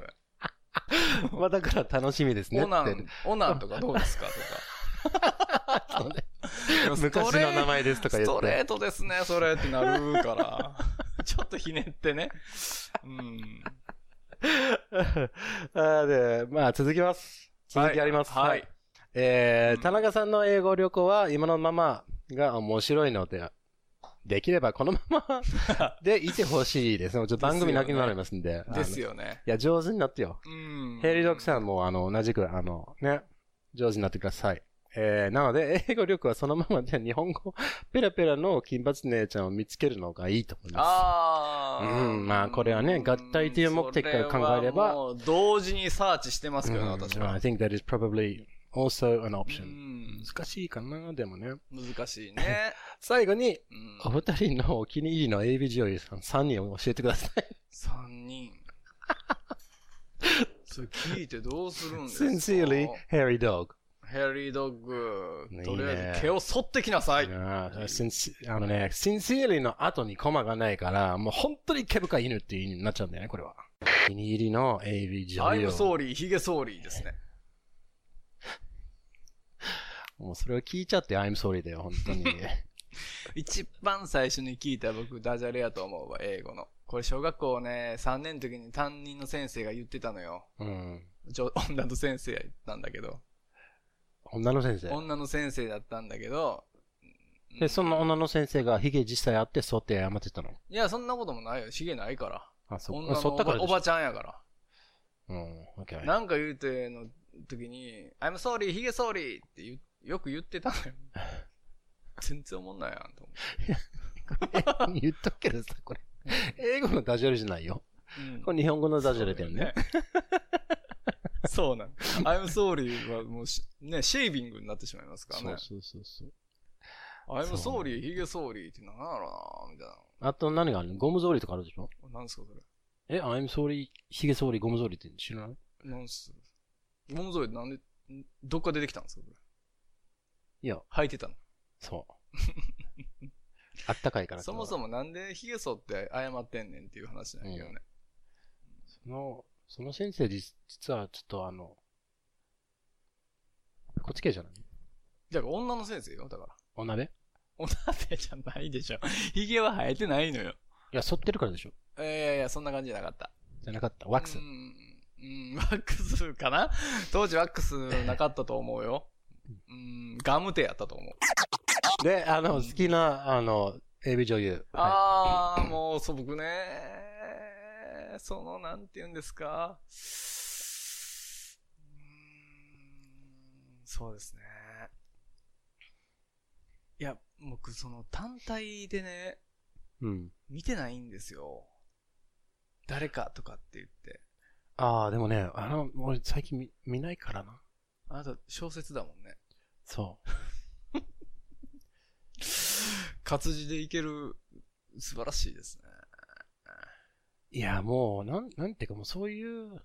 まあだから楽しみですね俺。っオナてン。、オナンとかどうですかとそうねか。昔の名前ですとか言ストっレて。ートですね、それってなるから。ちょっとひねってね。うん。 あで、まあ続きます。続きあります。はいはい。えー、田中さんの英語旅行は今のままが面白いので、できればこのま までいてほしいですね。ちょっと番組なくなりますんで。ですあよね。の。いや、上手になってよ。うん。ヘイリードックさんも、あの、同じく、あの、ね、上手になってください。えーなので、英語力はそのままで日本語、ペラペラの金髪姉ちゃんを見つけるのがいいと思いまああ。うんまあこれはね合体という目的から考えれば。そはもう同時にサーチしてますすけどね、うん私 I は。 think that is probably also an う option. ん難しいかな、でもね。難しいね。最後に、うんお二人のお気に入りの AV 女優さん3人を教えてください。三 人。それ聞いてどうするんですか Sincerely, Harry Dog. ヘリードッグいいね。とりあえず毛を剃ってきなさい。あー since- あのね、Sincerely の後にコマがないから、もう本当に毛深い犬っていう意味になっちゃうんだよね、これは。お気に入りの AV ア女イ優ム。ソーリー、ヒゲソーリーですね。もうそれを聞いちゃって、I'm sorry だよ、本 当に。一番最初に聞いた僕、ダジャレやと思うわ、英語の。これ小学校ね、3年の時に担任の先生が言ってたのよ。うん。ちょ女 の先生やったんだけど。女の先生。女の先生だったんだけど。で、その女の先生がヒゲ実際あって、剃って謝ってたの。いや、そんなこともないよ。ヒゲないから。あ、そ女の剃おったかばらでおしょばちゃんやから。うん、OK。なんか言うての時に、I'm sorry, ヒゲ sorry って言うよく言って たのよ。全然おもんないやんと思 言っとくけどさ、これ。英語のダジャレじゃないよ。う。うんこれ日本語のダジャレだよね。。 そうなん。I'm sorry はもうしね、シェービングになってしまいますからね。そうそうそう。 I'm そう sorry, ヒゲ sorry ってなんやろなみたいあと何があるのゴムゾーリとかあるでしょな。なんすかそれ。え、I'm sorry, ヒゲソーリ、ゴムゾーリって知らないなんすゴムゾイドなんで、んどっか出てきたんですかこれ。いや。履いてたの。そう。 あったかいから。そもそも。もなんでヒゲ剃って謝ってんねんっていう話なんやけどね。その、その先生実、実はちょっとあの、こっち系じゃないじゃあ女の先生よ、だから。お鍋お鍋じゃないでしょ。ヒゲは生えてないのよ。いや、剃ってるからでしょいやいや、そんな感じじゃなかった。じゃなかった。ワックスう。ん、うんワックスかな当時ワックスなかったと思うよ。うん、ガムテやったと思う。で、あの、好きな、あの、AV 女優。はあー、もう、そう、僕ね、その、なんて言うんですか。うんそうですね。いや、僕、その、単体でね、い。うん。見てないんですよ。誰かとかって言って。ああ、でもね、あの、俺最近見見ないからな。あなた、小説だもんね。そう。活字でいける、素晴らしいですね。いや、もう、なん、なんていうかもうそういう、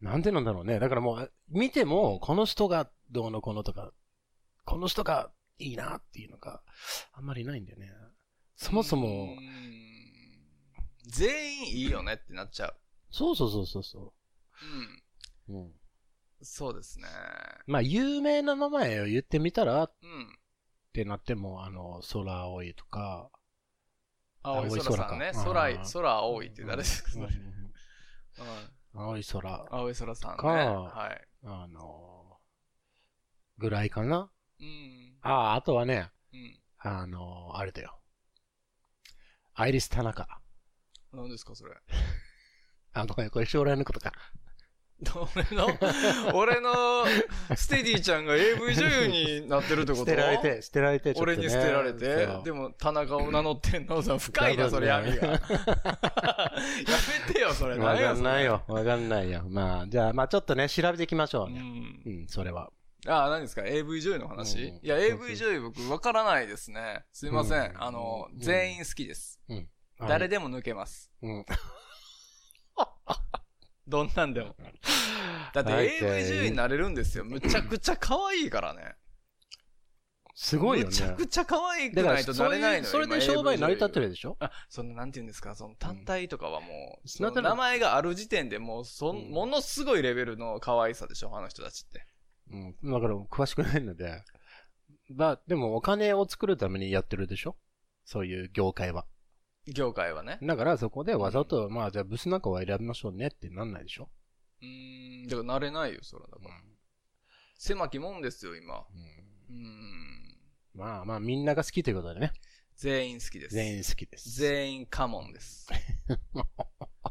なんてなんだろうね。だからもう、見ても、この人がどうのこうのとか、この人がいいなっていうのがあんまりないんだよね。そもそうも、ん、全員いいよねってなっちゃう。そうそうそうそうそうん。う。うん。そうですね。まあ、有名な名前を言ってみたらっうん。てなっても、あの、空青いとか、青い青い空さんね。空か空いあ、ー空青いって誰ですか、うそんれうんうんうん青い空、青い空さんかね。はい。あの、ぐらいかな。うん。ああ、あとはね、うん。あの、あれだよ。アイリス・田中。何ですか、それ。 あ、ごめん、これ将来のことか。俺の、俺の、ステディちゃんが AV 女優になってるってこ と捨てられて、捨てられて、ちょっと、ね。俺に捨てられて、でも、も田中を名乗ってんのさ、深いな、それ多分闇が。ね やめてよ、それ。わ何やかそんれない。よ。わかんないよ。まあ、じゃあ、まあちょっとね、調べていきましょう。うね。うんん、それは。あ、何ですか ?AV 女優の話うんいや、そうそう AV 女優僕わからないですね。すいませ。うんんあのう、ん全員好きです。誰でも抜けます。うん。どんなんでも。だってはい AV 女優になれるんですよ。むちゃくちゃ可愛いからね。すごいよね。むちゃくちゃ可愛くだかならいとそなうれないいのう、よ。それで今 AV 商売成り立って女優。るでしょあ、その、なんて言うんですか、その単体とかはもう、そ砂の太郎名前がある時点でもう、そ、うんんものすごいレベルの可愛さでしょ、あの人たちって。うん。だから、詳しくないので。まあ、でも、お金を作るためにやってるでしょそういう業界は。業界はね。だから、そこでわざと、まあ、じゃあ、ブスなんかは選びましょうねってなんないでしょうーん、だから慣れないよ、それはだから。狭きもんですよ、今。ううんーん。まあまあ、みんなが好きということでね。全員好きです。全員好きです。全員カモン です。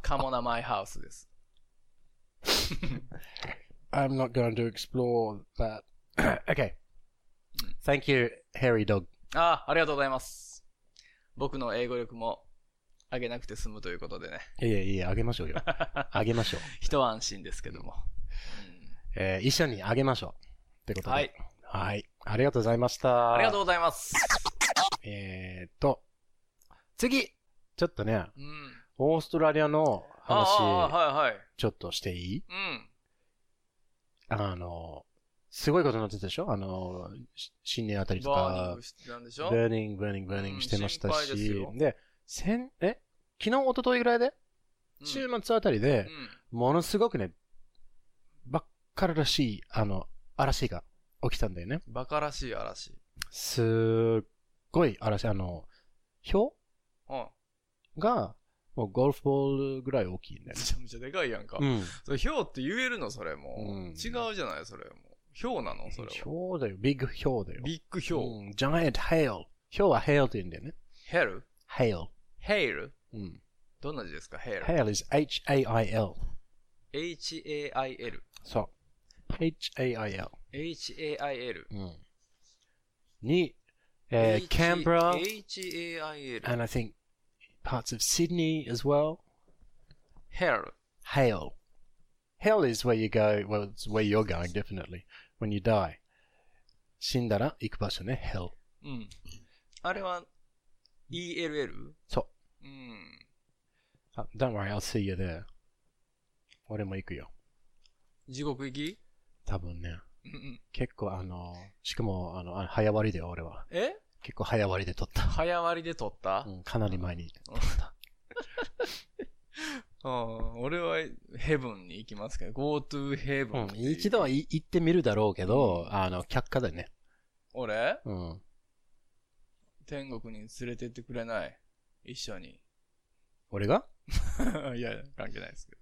カモなマイハウスです。 I'm not going to explore that. okay. Thank you, hairy dog. ああ、ありがとうございます。僕の英語力も上げなくて済むということ でね。いやいや、あげましょう よ。あげましょう。一安心ですけども。えー一緒にあげましょう。ってことで。はい。はい。ありがとうございました。ありがとうございます。えーっと、次ちょっとね、うん。オーストラリアのああ、話、はいはい。ちょっとしていいうん。あの、すごいことになってたでしょあの、し新年あたりとバーニンかグ、してたんでしバょーニング、バーニング、バーニンうんグしてました心配ですしよ、で、先、え昨日、一昨日ぐらいで週末あたりでう、ん。ものすごくね、ばっかりらしい、あの、嵐が起きたんだよね。バカらしい嵐。すっごい嵐、あの、氷うん。が、もうゴルフボールぐらい大きいんめだよね。ちゃめちゃでかいやんか。うん。それ、ひょうって言えるのそれもうんう。違うじゃないそれもう。ひょうなのそれは。氷だよ。ビッグ氷だよ。ビッグひょう。ジャイアントヘイル。氷はヘイルって言うんだよね。ヘルヘイル。ヘイルうん。どんな字ですかヘイル。ヘイル is H-A-I-L。 H-A-I-L。そう。H-A-I-L。 H-A-I-L。うん。に、えー、Canberra H-A-I-L。 and I think parts of Sydney as well. ヘル。 Hail. Hell is where you go, well, it's where you're going, definitely, when you die. 死んだら行く場所ね、hell. うん。あれは、ELL?。そううん。あ Don't worry, I'll see you there. 俺も行くよ。地獄行き多分ね。うんうん。結構あの、しかもあの、あ早割りだよ、俺は。え結構早割りで 撮った。早割りで撮ったうん、かなり前に。うん、俺はヘブンに行きますけど、GoTo ヘブうンん。、一度は俺い行ってみるだろうけど、あの、却下だよね。うん。天国に連れてってくれない一緒に。 俺がいや、関係ないですけど。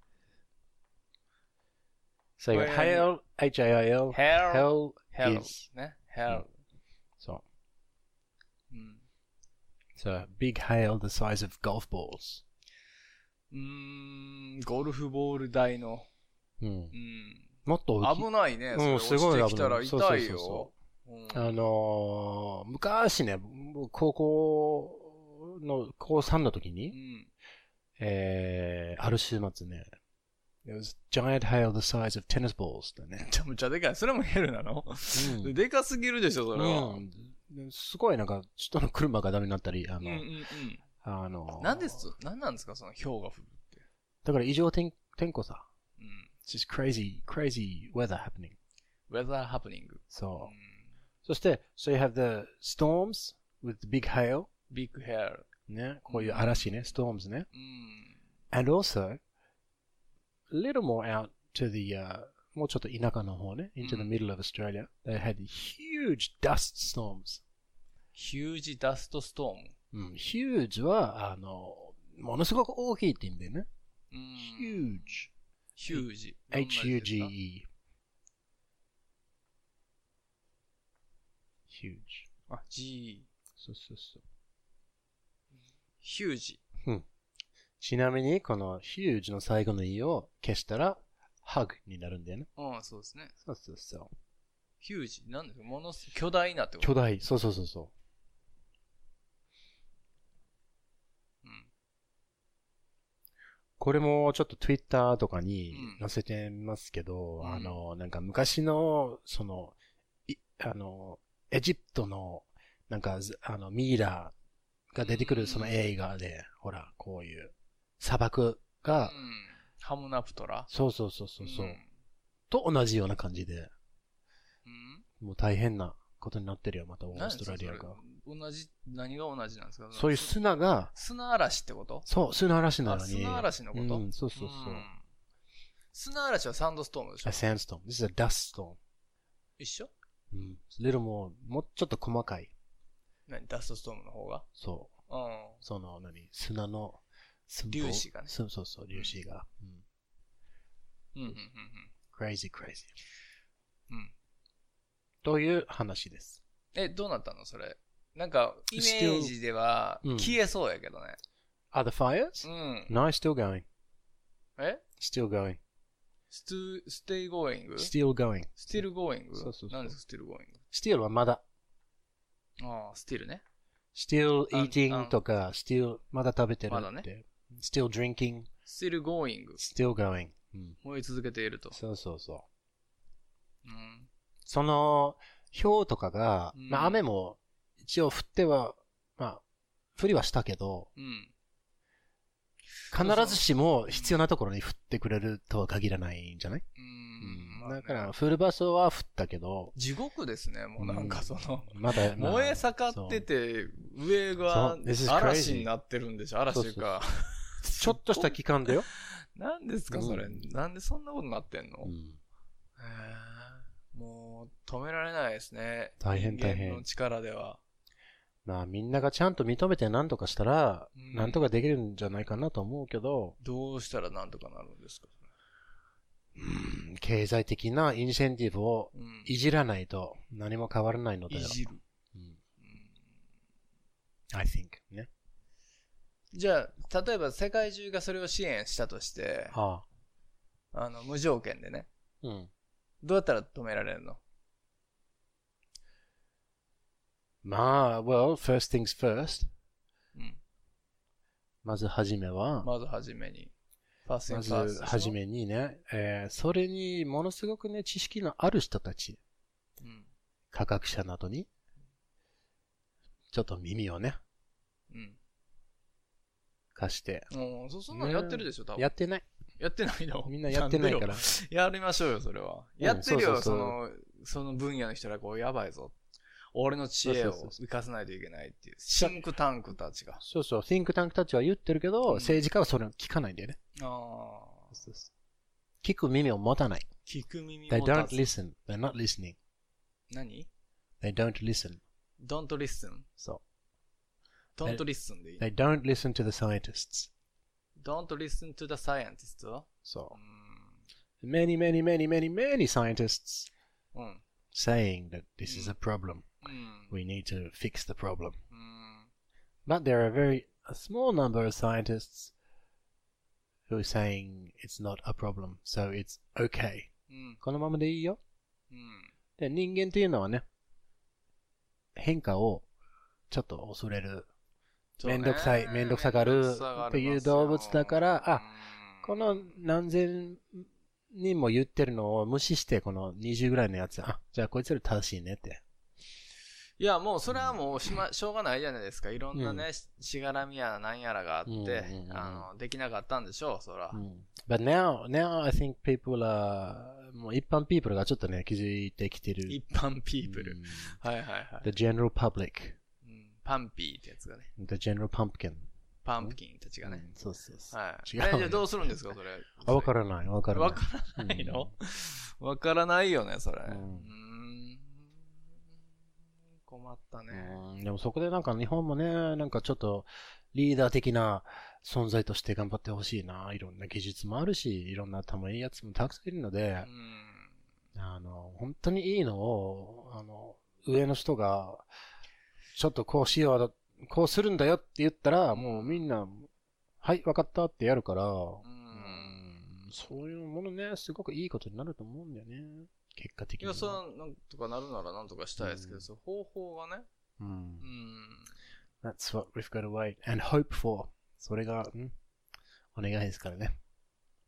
それが、これ Hail, H-A-I-L, Hell, Hell Hell, is, ね。Hell. そう。うん。 It's a big hail the size of golf balls. うーん、ゴルフボール台の。うんう。ん。もっと大きい危ないね。それうんすごい落ちてきたら危な痛いいそうそうそうよそ。うんあのー昔ね、僕高校の、高3の時うに、ん。えー、ある週末ね、It was giant hail the size of tennis balls だめね。ちゃめちゃでかい。それもヘルなのうんでかすぎるでしょ、それは。うんですごいなんか、人の車がダメになったり、あうんの、うんあのうーん。なんです、なんなんですか、その氷が降るって。だから異常天天候さ。うん。 It's just crazy, crazy weather happening. weather happening. そう。そして、so you have the storms with the big hail. ビッグヘル。ね、こういう嵐ね、storms ね。うん。 And also, a little more out to the, uh, もうちょっと田舎の方ね、into the うん middle of Australia, they had huge dust storms. ヒュージダストストーム。うん、huge は、あの、ものすごく大きいって意味でね。うん。 huge, ヒュージ。 h-u-g-e. huge. あ、G。そうそうそう。ヒュージ。ちなみに、この huge の最後の e を消したら、hug になるんだよね。うん、そうですね。そうそうそう。ヒュージ。なんですかものす巨大なってこと巨大。そうそうそうそう。うんこれもちょっと Twitter とかうにん載せてますけど、うんあの、なんか昔の、その、いあの、エジプトの、なんか、ずあの、ミイラが出てくうんるその映画で、ほら、こういう砂漠が、うん。ハムナプトラそうそうそうそうそう、んと同じような感じで、うんもう大変なことになってるよ、またオ何ーでスすトかラリアそが。れ同じ、何が同じなんですかそういうす砂が、砂嵐ってことそう、砂嵐なのに。あ砂嵐のことうん、そうそうそう。ん砂嵐はサンドストームでし A ょ sandstorm. This is a dust storm. 一緒うん。little more, もうちょっと細かい。何ダストストームの方がそう。うん。その、何砂の寸粒子がねそうそうそう、粒子が。うん。うん、うん、うん crazy, crazy. うん。うん。という話です。え、どうなったのそれ。なんか、イメージでは Still- うん消えそうやけどね。 Are the fires? うん。 No, still going. え Still going. stu, stay going? still going. still going? そうそうそう何ですか still going? still はまだ。ああ、still ね。 still ああ eating んとか、still まだ食べてるっまて。だね still drinking, still going. still going、うん。燃え続けていると。そうそうそう。うん。その、氷とかが、うんまあ雨も一応降っては、まあ、降りはしたけど、うん。必ずしも必要なところに降ってくれるとは限らないんじゃない、ううんん。まあねだから、降る場所は降ったけど、地獄ですね、もうなんかその、まだ、まあ 燃え盛ってて、上がそう This is crazy 嵐になってるんでしょ、嵐というか。ちょっとした期間だよ。何ですか、それう。んなんでそんなことになってんのうへんえもう止められないですね。大変人間大変の力では。まあ、みんながちゃんと認めて何とかしたらう、ん何とかできるんじゃないかなと思うけど、どうしたらなんとかなるんですか、うん経済的なインセンティブをうん、いじらないと何も変わらないのだいよ。じる、うんうん。 I think. ね。じゃあ、例えば世界中がそれを支援したとして、ああ。あの無条件でね、うん。どうやったら止められるのまあ、well, first things first. うんまずはじめは、まずはじめに。ファースまンファーずストでしょはじ。めにね、えーそれにものすごくね、知識のある人たち、うん。科学者などに、ちょっと耳をね、うん。貸して。もう、そ、そんなのやってるでしょ、多分。やってない。やってないのみんなやってないか。らん。でよやりましょうよ、それは。やってるそよ、うそそうそうの、その分野の人ら、こう、やばいぞ。俺の知恵をそうそうそ生うかさないといけないっていう。シンクタンクたちが。そうそう、think tank たちは言ってるけど、うん政治家はそれを聞かないんだよね。ああ。聞く耳を持たない。聞く耳 They 持 don't たず listen. They're not listening. 何 They don't listen. ?don't listen. そ don't They-。。listen でいいう They don't listen to the scientists. don't listen to the scientist? そうう。Many, many, many, many, many scientists ん。うん。 saying that this is a problem. うん。 We need to fix the problem. うん。 But there are very a small number of scientists who are saying it's not a problem, so it's okay. うん。このままでいいよ。うん。で人間っていうのはね、変化をちょっと恐れる。そうねめんどくさいめんどくさがるめんどくさがりますよっていう動物だからあうんこの何千人も言ってるのを無視して、この20ぐらいのやつ、あ、じゃあこいつら正しいねって。いや、もうそれはもうし,、ま、しょうがないじゃないですか。いろんなね、ししがらみやなんやらがあって、うんうんうんあの、できなかったんでしょう、そら。 But now, now I think people are, もう一般 people がちょっとね、気づいてきてる。一般ピープル。うんはいはいはい、 The general public, うんパンピーってやつがね。 the general pumpkin. パンプキンたちがね。うんそうそうそう。はい。違うえじゃあどうするんですか、それ。あ、わかららない、わからない。わからないのわからないよね、それ。ううんん。困ったね。うんでもそこでなんか日本もね、なんかちょっとリーダー的な存在として頑張ってほしいな。いろんな技術もあるし、いろんな頭いいやつもたくさんいるのでう、ん。あの、本当にいいのを、あの、上の人が、ちょっとこうしようだ、こうするんだよって言ったら、もうみんな、はい、わかったってやるから、うん。うんそういうものね、すごくいいことになると思うんだよね。結果的いには。や、それはなんとかなるならなんとかしたいですけど、うんその方法がね。うんう。ん。 That's what we've got to wait and hope for. それが、んお願いですからね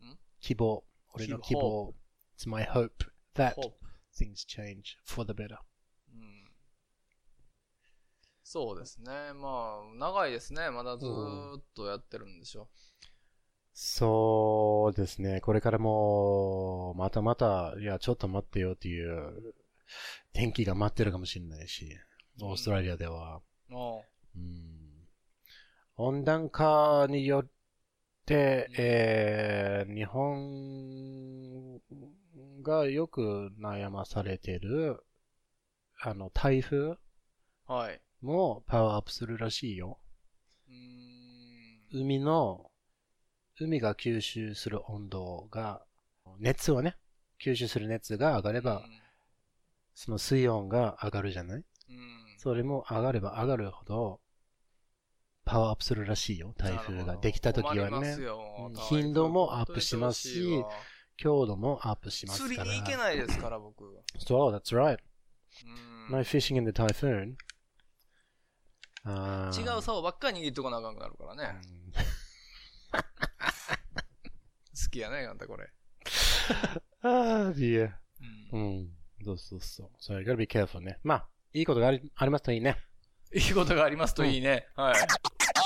ん。希望。俺の希望。It's my hope that Hope things change for the better. うんそうですね。まあ、長いですね。まだずーっとやってるんでしょ。そうですね。これからも、またまた、いや、ちょっと待ってよっていう、天気が待ってるかもしれないし、オーストラリアでは。もうん温暖化によってうん、えー日本がよく悩まされてる、あの、台風う、はい。もパワーアップするらしいよ。うーん。海の、海が吸収する温度が、熱をね、吸収する熱が上がれば、その水温が上がるじゃないうん、うん。それも上がれば上がるほど、パワーアップするらしいよ、台風が。できた時なるほど困はりまねす。ようん頻度もアップしますしほんとに忙いわ強度もアップします釣りから。に行けないですから、僕。うそう、that's right. ん No fishing in the typhoon. あ違ーう竿ばっかり握っとかなあかんくなるからね。好きやね、あんたこれ。あー、dear. うんうん。そうそうそう。So you gotta be careful ね。まあ、いいことがありありますといいね。いいことがありますといいね。はい。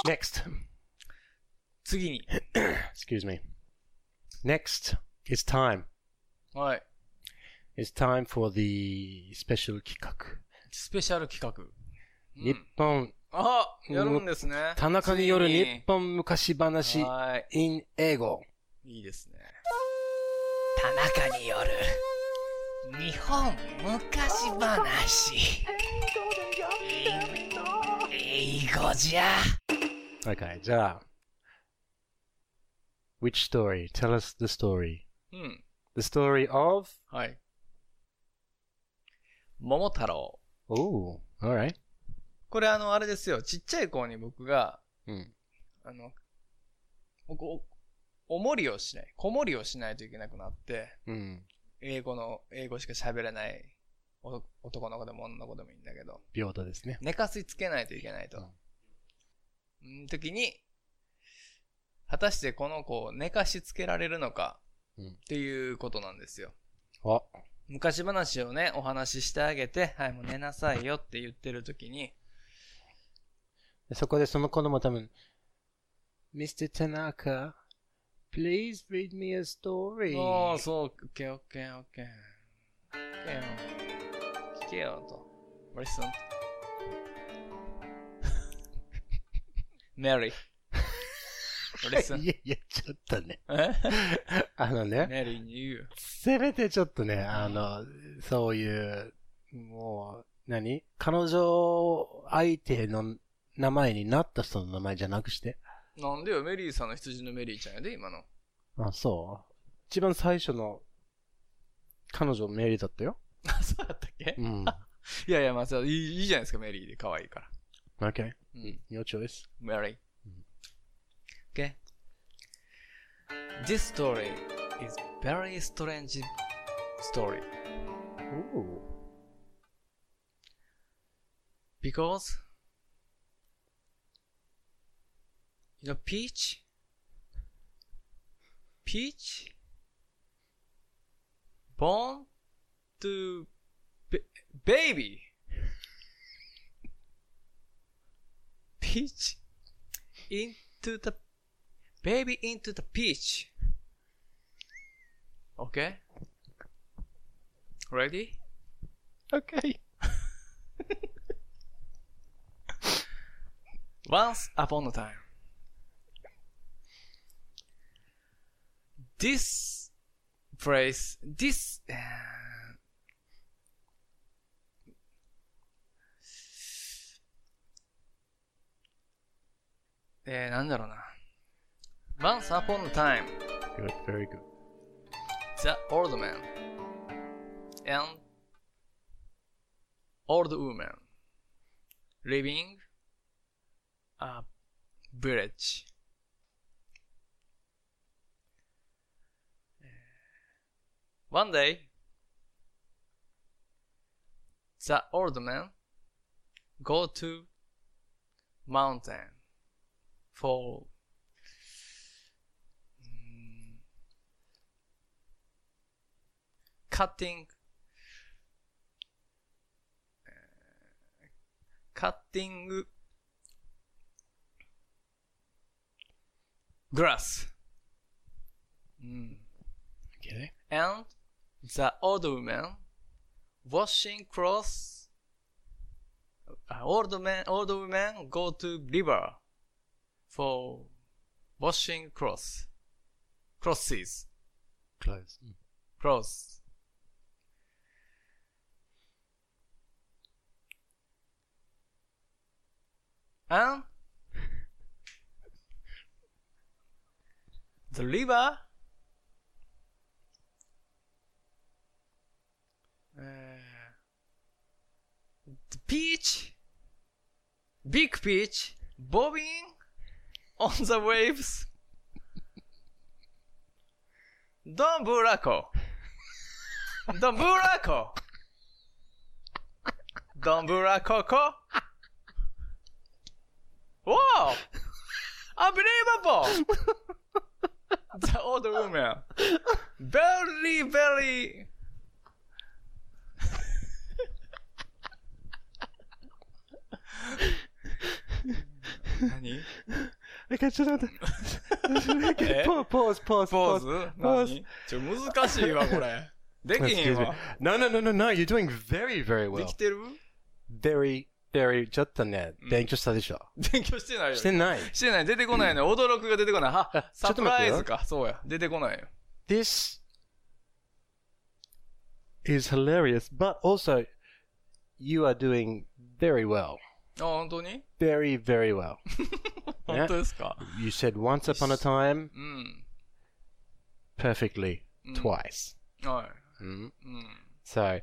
Next. 次に。 Excuse me. Next. It's time. はい。 It's time for the special 企画。スペシャル企画。う日ん、本、あやるんですね。田中によるつい日本昔話は in 英語。い。いいですね。田中による日本昔話。英語じゃ。 Okay, じゃあ。Which story? Tell us the story. うん。 The story of? はい。桃太郎。 Oh, alright. これあの、あれですよ。ちっちゃい子に僕が、うん。あの、僕お、おもりをしない、子守りをしないといけなくなって、うん。英語の、英語しか喋れないお男の子でも女の子でもいいんだけど、平等ですね。寝かしつけないといけないと。うん、時に、果たしてこの子を寝かしつけられるのか、うんっていうことなんですよ。あ、昔話をね、お話ししてあげて、はい、もう寝なさいよって言ってる時に、そこでその子供多分、Mr. Tanaka, please read me a story. おー、そう、オッケーオッケーオッケー。オッケーよ。聞けよと。Listen. Mary. Listen. いやいや、ちょっとね。え あのね、 ?Mary に言うよ。せめてちょっとね、あの、そういう、もう、何彼女相手の名前になった人の名前じゃなくして。なんでよ、メリーさんの羊のメリーちゃんやで、今の。あ、そう。一番最初の、彼女メリーだったよ。 あ、そうだったっけ うん。いやいや、まあ、そういいいいじゃないですか、メリーで。可愛いから。 okay. うん。Mm, Your choice. Mary. Mm. Okay. This story is very strange story. Ooh. Because you know peach peach born to ba- baby peach into the baby into the peach okay ready Okay. Once upon a time. This place, this. uh, eh, なんだろうな。Once upon a time, Good, very good. the old man and old woman living a village. One day, the old man go to mountain for mm, cutting uh, cutting grass. Mm. Okay. and the old woman washing clothes. Uh, Old man, old woman go to river for washing clothes, crosses, Close. clothes. And the river Uh, the peach, big peach, bobbing on the waves. ドンブラコ。ドンブラコ。ドンブラココ。Wow! Unbelievable! The old woman. Very, very. え、ち ょっと待 って。えポポーズ、ポーズ、ポーズポーズ何ちょ、難しいわ、これ。できへん Excuse me. わ。 No, no, no, no, no. You're doing very, very で well. きてる Very, very. ちょっとねう、ん勉強したでしょ。勉強してないよ。してない。してない。出てこないね。驚くが出てこない。あ、 ちょサっとプ待っラてイよズか。そうや。出てこないよ。 This is hilarious, but also you are doing very well. あ、本当に Very, very well. 本当ですか You said once upon a time うん。 perfectly うん twice. は Mm. い。うん。 So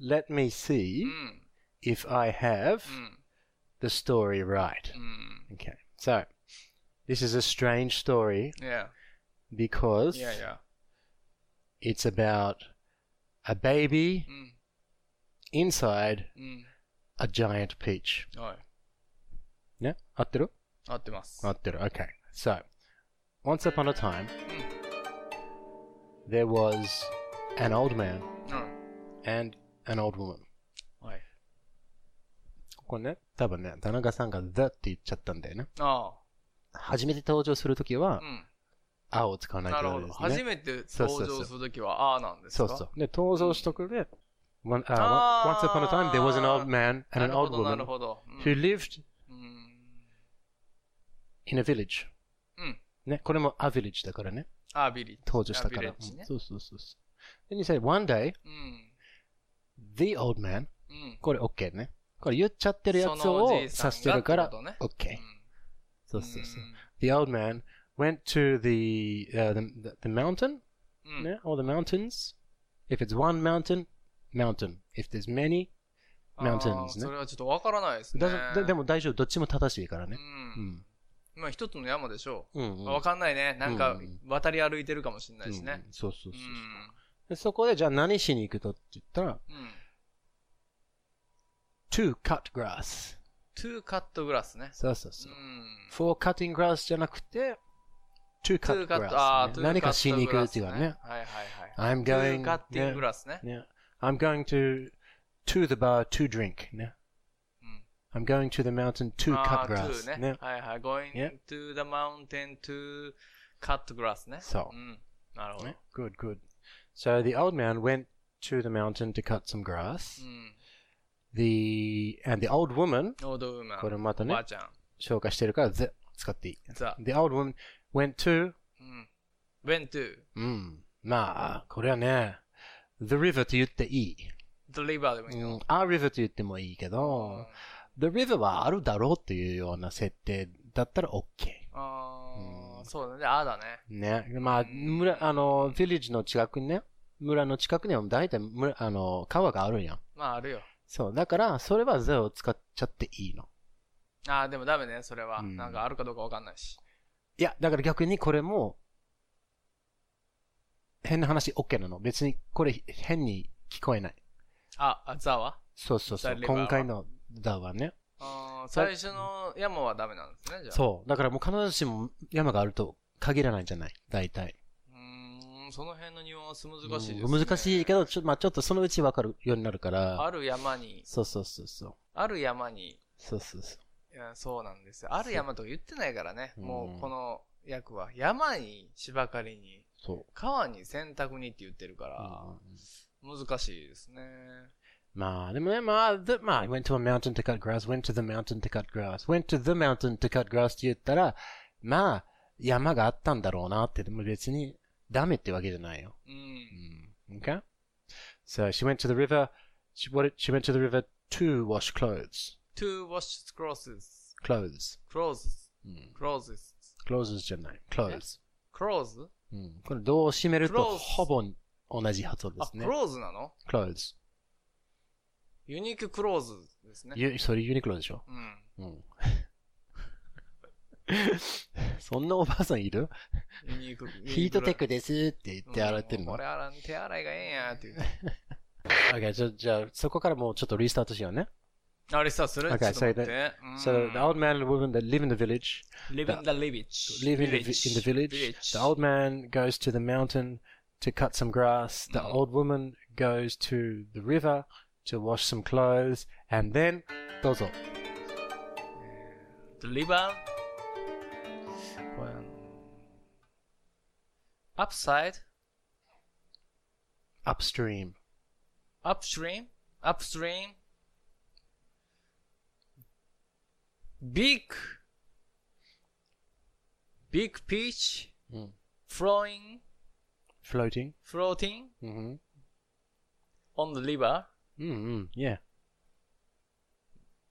let me う see ん。 if I have うん。 the story right. Mm. うん。 Okay. So this is a strange story いや。 because いやいや。 it's about a baby うん。 inside うん。 a giant peach. はい。 Yeah? 合ってる?合ってます。合ってる. Okay. So once upon a time う there was an old ん。man うん。 and an old woman. はい。ここね、多分ね、田中さんが The って言っちゃったんだよね。あ初めて登場するときはあ。う、ん。あを使わないとなるダほど。メです初ね。めて登場するときは、ああなんですそかうそう。で、登場しとくで、one- ああ once ー upon a time there was an old man な and an るほ old ど、なる woman ほど。うん who lived うん。 in a village. うん。ね、これも a village だからね。アビリッジ。登場したから。アビリッジねうんそうそうそうそう。で、に said, one day, うん。 the old man, うん。これ OK ね。これ言っちゃってるやつを指してるからそのおじいさんがってこと OK う。んそうそうそう。The old man went to the, uh, the, the mountain うん。 yeah, or the mountains. If it's one mountain, mountain. If there's many, あー mountains ねそれはちょっとわからないですね。だででも大丈夫、どっちも正しいからう。ね。うんん。まあ一つの山でしょうん、うう。ん。わかんないね。なんかうん渡り歩いてるかもしれないしうんねう。んそうそうそううそう、ん。でそこで、じゃあ何しに行くとって言ったら、うん。 to cut grass。 to cut grass ね。そうそうそうう。ん。 for cutting grass じゃなくて、to to cut cut, あー、grass ね、 to 何か cut しに行くっていう grass かね。はいはいはい。 I'm to going, cutting ね grass ね。ね I'm going to, to the bar to drink ね。うん。 I'm going to the mountain Mm. Ah, to あ cut ー grass to ねね。はいはい。ね going to the mountain to cut grass ね。。そうんなるほど。ね Good, good. So the old man went to the mountain to cut some grass. うん。 The, and the old woman, オードウーマン。これまたねおばあちゃん。紹介してるから the 使っていい。ザ。 The old woman went to, うん。went to うん、まあ、これはね、the river と言っていい。 the river でもいいの。うん、あ river と言ってもいいけど、The River はあるだろうっていうような設定だったら OK。あうんあ、そうだね。ああだね。ね。まあ、村、あの、ヴィレッジの近くにね、村の近くには大体村、あの、川があるやん。まああるよ。そう。だから、それは The を使っちゃっていいの。ああ、でもダメね、それは。うんなんかあるかどうかわかんないし。いや、だから逆にこれも、変な話 OK なの。別にこれ変に聞こえない。あ、あザはそうそうそう。 The River は今回の The はね。あー最初の山はダメなんですね、じゃあ。そう。だからもう必ずしも山があると限らないじゃない。大体。うーん、その辺のニュアンス難しいです、うんね。難しいけど、ちょ,、まあ、ちょっとそのうちわかるようになるから。ある山に、そうそうそうそう。ある山に、そうそうそいやそうなんですよ。ある山とか言ってないからね。うんもうこの役は、山に、芝刈りに、う。そう。川に洗濯にって言ってるから、難しいですね。まあ、でもね、まあ、the, まあ、went to a mountain to cut grass, went to the mountain to cut grass, went to the mountain to cut grass って言ったら、まあ、山があったんだろうなって、でも別にダメってわけじゃないよ。うん。うん。Okay? Mm, So, she went to the river, she, what, did- she went to the river to wash clothes. to wash clothes, clothes. clothes, うん。 clothes, clothes じゃない。clothes. Mm, clothes? うん。これ、どう締めると、 Clothes Ah, ほぼ同じ発音であ、すクね。ローズなの clothes. ユニーククローズですね。ゆそれユニクロでしょ う Mm. ん。うんそんなおばあさんいるユニーク。ヒートテックですって言うんって洗ってんもうの。これ洗う手洗いがええんやって言うて。 Okay, じゃあじゃあ、そこからもうちょっとリスタートしようね。あれさ、それちょ Okay, っと待っ so て。 So, the old man and woman that live in the village live in the village. live in the, vi- in the village. The old man goes to the mountain to cut some grass. The Mm. old woman goes to the river to wash some clothes. And then, どうぞ。 The river. これあの upside, upstream. upstream, upstream. Big, big peach うん flowing, floating. floating Mm-hmm. on the river, Mm-hmm. Yeah.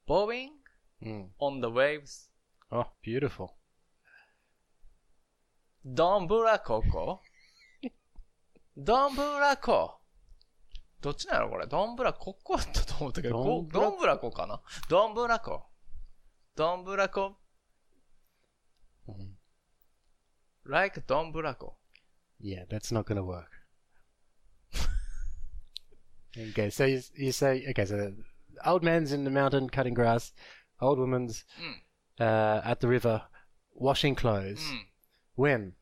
bowing Mm. on the waves. Oh, beautiful. どんぶらここどんぶらこどっちなのこれどんぶらここだったと思ったけど、こうどどんぶらこかなどんぶらこ。どんぶらこ。 Mm. like どんぶらこ。 Yeah, that's not gonna work. okay, so you, you say okay, so the old man's in the mountain cutting grass, old woman's Mm. uh, at the river washing clothes. う When ん。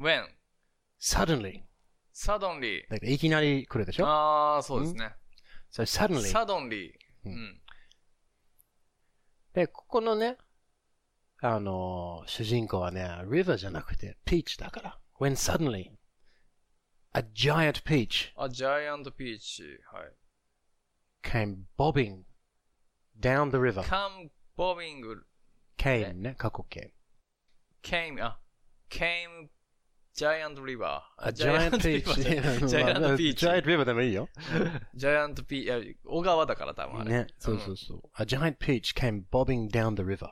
when, suddenly, suddenly. like いきなり来るでしょああ、そうですね。 So suddenly, suddenly. ううんん。でここのね、あのー主人公はね、river じゃなくて peach だから。When suddenly a giant peach あ、ジャイアントピーチ。はい。 came bobbing down the river. come bobbing came ね、過去形。 came, あ、came giant river. あ、ジャイアントピー Giant チ。 river ジャイ アントピーチジャイアントリバーでもいいよ。ジャイアントピー、いや、小川だから多分あれ。ね。そうそうそう。A giant peach came bobbing down the river.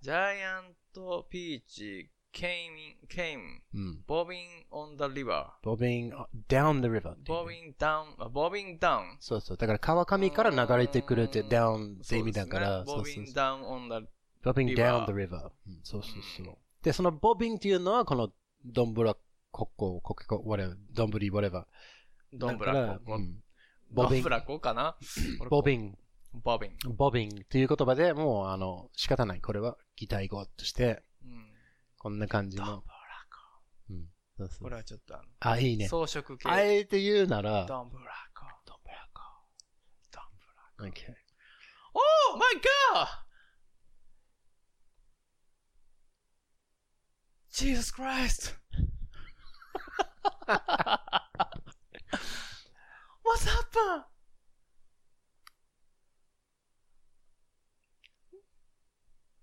ジャイアントピーチ came, in- came, うん。 bobbing on the river, bobbing down the river. っていう bobbing down, あ bobbing down. そうそう。だから川上から流れてくるってうん down って意味だから。そうですそうねそう bobbing そう down on the, bobbing down river the river. うんそうそうそうう。で、その bobbing っていうのはこのどんぶらこっこ、こけこ、whatever、どんぶり、whatever。どんぶらだからこう。んどん bobbing ぶ、らこかな bobbing。 bobbing. ボビンっていう言葉でもう、あの、仕方ない。これは擬態語として、うんこんな感じどんぶらのこ。。うん。そうそうこれはちょっとあの、あ、いいね。装飾系。あえて言うなら、どんぶらこ。どんぶらこ。どんぶら Okay. こ。Oh my god! Jesus Christ! What's happened?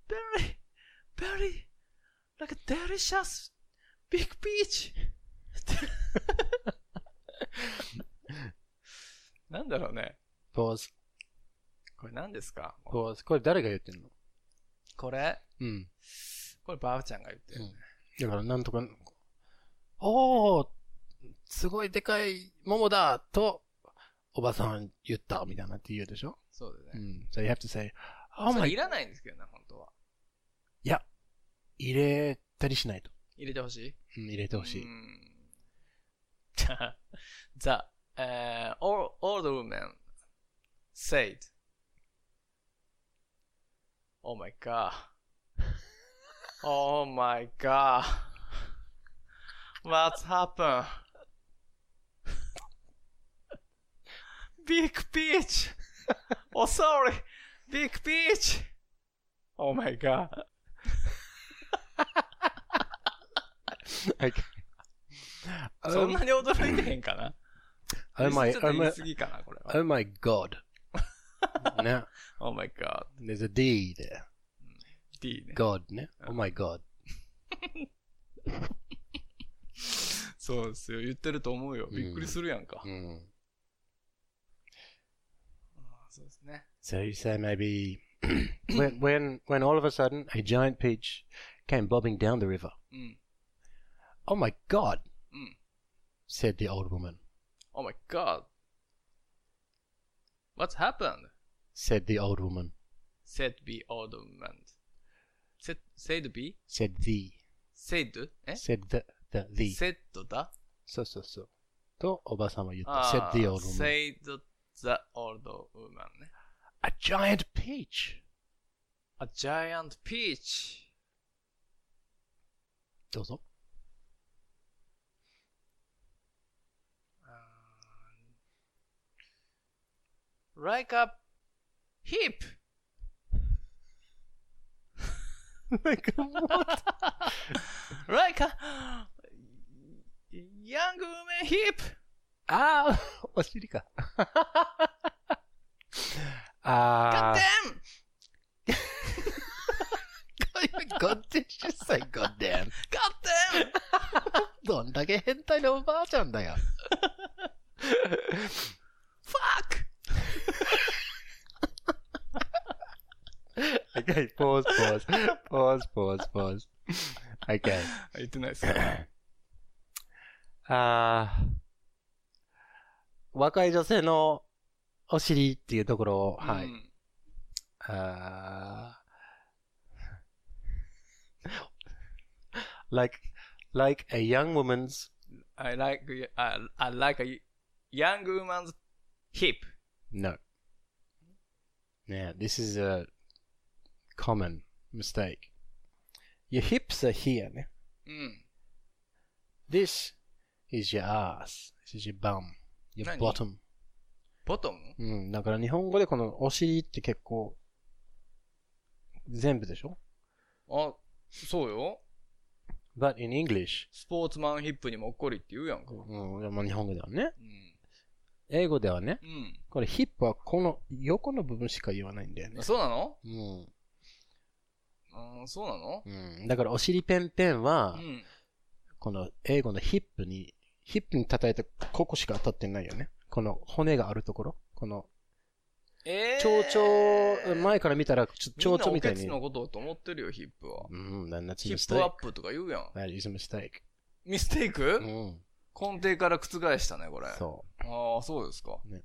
Very, very, like a delicious big peach. なんだろうね。 pause, これ何ですか pause. これ誰が言ってんのこれ、うん。こればあちゃんが言ってる。だからなんとか、おーすごいでかい桃だと、おばさん言ったみたいなって言うでしょそうだうね。ん。So you have to say, あ oh んま my りい god. らないんですけどね、本当は。いや、入れたりしないと。入れてほしいうん、入れてほしい。うんじゃあ、ザ、えー、old old woman said, Oh my god. Oh my god. What's happened? Big peach. Oh, sorry. Big peach. Oh my god. Okay. そんなに驚いてへんかな oh my, ちょっと oh 言い my, 過ぎかな、これは。 oh my god. ね。 Oh my god. There's a D there. D ね。 God ね。Oh my god. そうですよ。言ってると思うよ。びっくりするやんか。うん。あそうですね。 So you say maybe when, when when all of a sudden a giant peach came bobbing down the river. うん。 Oh my god, うん。 said the old woman. Oh my god. What's happened? Said the old woman. said be old man. said, said be? Said the セッドえ said the, the, the. セッドだそうそうそう。と、おばさんは言った。あ said ー the old woman. セッド、ザ・オールド・ウーマンね。 A giant peach! A giant peach. どうぞ。 Like a hip. なんかもう Like a young woman hip. ああ、 お尻か。ああ Goddamn.。 ゴッデン10歳、ゴッデン。 Goddamn. どんだけ変態なおばあちゃんだよ。 Fuck. はい、ポーズ、ポー ズ。ポーズ、ポーズ、ポーズ。Okay. 言ってない ですかあー若い女性のお尻っていうところを、はい。うんあー like, like a young woman's I like, I, I like a young woman's hip. No. Yeah, this is a common mistake. Your hips are here. ne? うん。 This is your ass. This is your bum. Your 何 bottom. ボトムうん。だから日本語でこのお尻って結構全部でしょあ、そうよ。 ?But in English. スポーツマンヒップにもっこりって言うやんか。うん。まあ日本語ではね。うん。英語ではね。うん。これヒップはこの横の部分しか言わないんだよね。そうなのうん。うん、そうなのうん。だからお尻ペンペンは、うん。この英語のヒップに、ヒップに叩いてここしか当たってないよね。この骨があるところ。この、えー、蝶々、前から見たら、ちょ蝶々みたいみんにな。おけつのことと思ってるよ、ヒップは。うん、that- that's ヒ a ップアッ mistake. プとか言うやん。 That is a mistake. ミステイク、うん。根底から覆したね、これ。そああ、そうですか。ね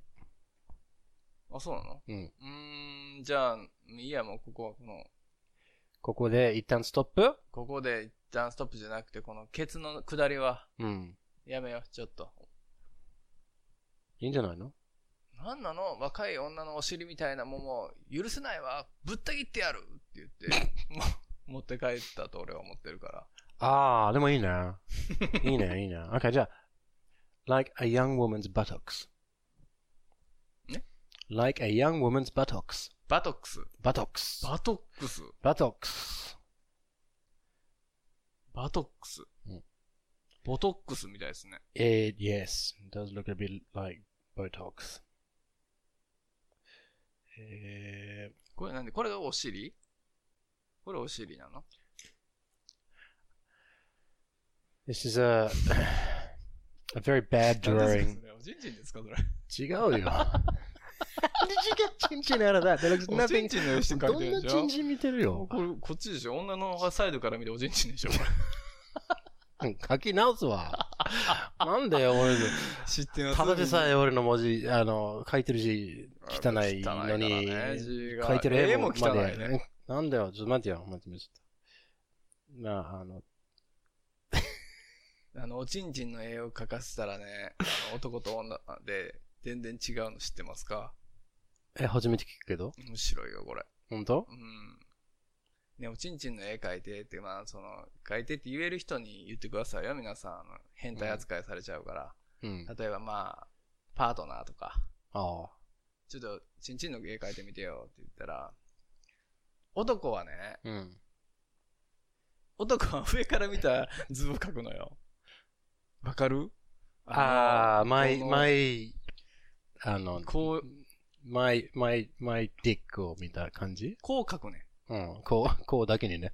あ、そうなのう。うん。うーん、じゃあ、いいや、もうここはこの、ここで一旦ストップここで一旦ストップじゃなくて、このケツの下りは、うん。やめよう、ちょっと。いいんじゃないのなんなの若い女のお尻みたいなもんも許せないわぶった切ってやるって言って、 も持って帰ったと俺は思ってるから。ああ、でもいいね。いいね、いいね。OK, じゃあ、like a young woman's buttocks. ね ?like a young woman's buttocks. バトックス。 buttocks. バトックス buttocks. バトックスうん。ボトックスみたいですね。 It yes, it does look a bit like Botox. Uh, これなんでこれがお尻これお尻なの this is a a very bad drawing. おちんちんですかそれ。 違うよ。Did you get チンチンout of that? That looks おちん nothing. ちんのよして書いてるでしょ どんなチンチン見てるよ。これこっちでしょ女のサイドから見ておちんちんでしょこれ 書き直すわ。なんだよ、俺の。知ってますただでさえ俺の文字、あの、書いてる字、汚いのに、汚いからね字が書いてる絵も絵も汚いまでねなんだよ、ちょっと待ってよ、待ってみちょっと。まあ、あの、あの、おちんちんの絵を描かせたらね、あの男と女で全然違うの知ってますかえ、初めて聞くけど、面白いよ、これ。本当うん。ね、おちんちんの絵描いてって、まあ、その、描いてって言える人に言ってくださいよ、皆さん。あの変態扱いされちゃうから。うん。例えば、まあ、パートナーとか、ああ。ちょっと、ちんちんの絵描いてみてよって言ったら、男はね、うん。男は上から見た図を描くのよ。わかるああ、マイ、このマイ、あの、こう、マイ、マイ、マイディックを見た感じこう描くねん。うん。こう、こうだけにね。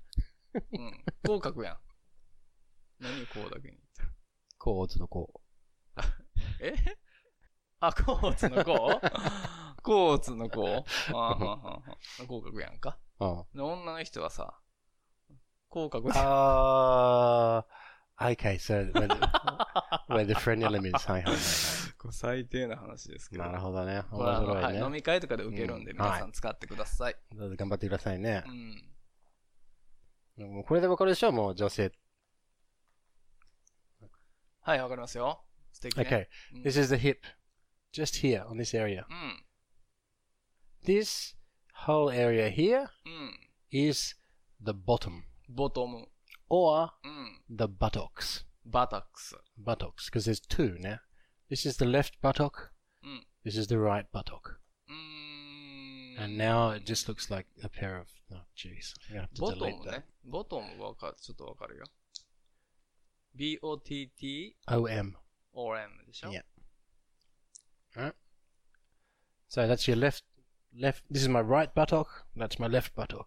うん。こう書くやん。 何こうだけに言っこう、ちょっとこた。え あ、こうつのこ うこうつのこうあーはんはんはんこう書くやんか。う。うん。で女の人はさ、こう書くやん。ああ、okay, so, where the, where the friend element is, はいはいはい。こう最低な話ですけど。なるほどね。これあ面の白いはい、飲ね。み会とかで受けるんで、うん皆さん使ってください。頑張ってくださいねう。ん。Mm, もうこれでわかるでしょもう女性はい、わかりますよ。素敵ね。 Okay, うん this is the hip, just here on this area. うん。 This whole area here うん。 is the bottom ボトム。 or うん。 the buttocks. バタックス。 Buttocks, because there's two now. This is the left buttock. Mm. This is the right buttock. うーん。 And now it just looks like a pair of. Oh, jeez. I'm gonna have to ボト delete ム that. ね。ボトムわか、ちょっとわかるよ。B-O-T-T-O-M O M. でしょ Yeah. So that's your left. Left. This is my right buttock. That's my left buttock.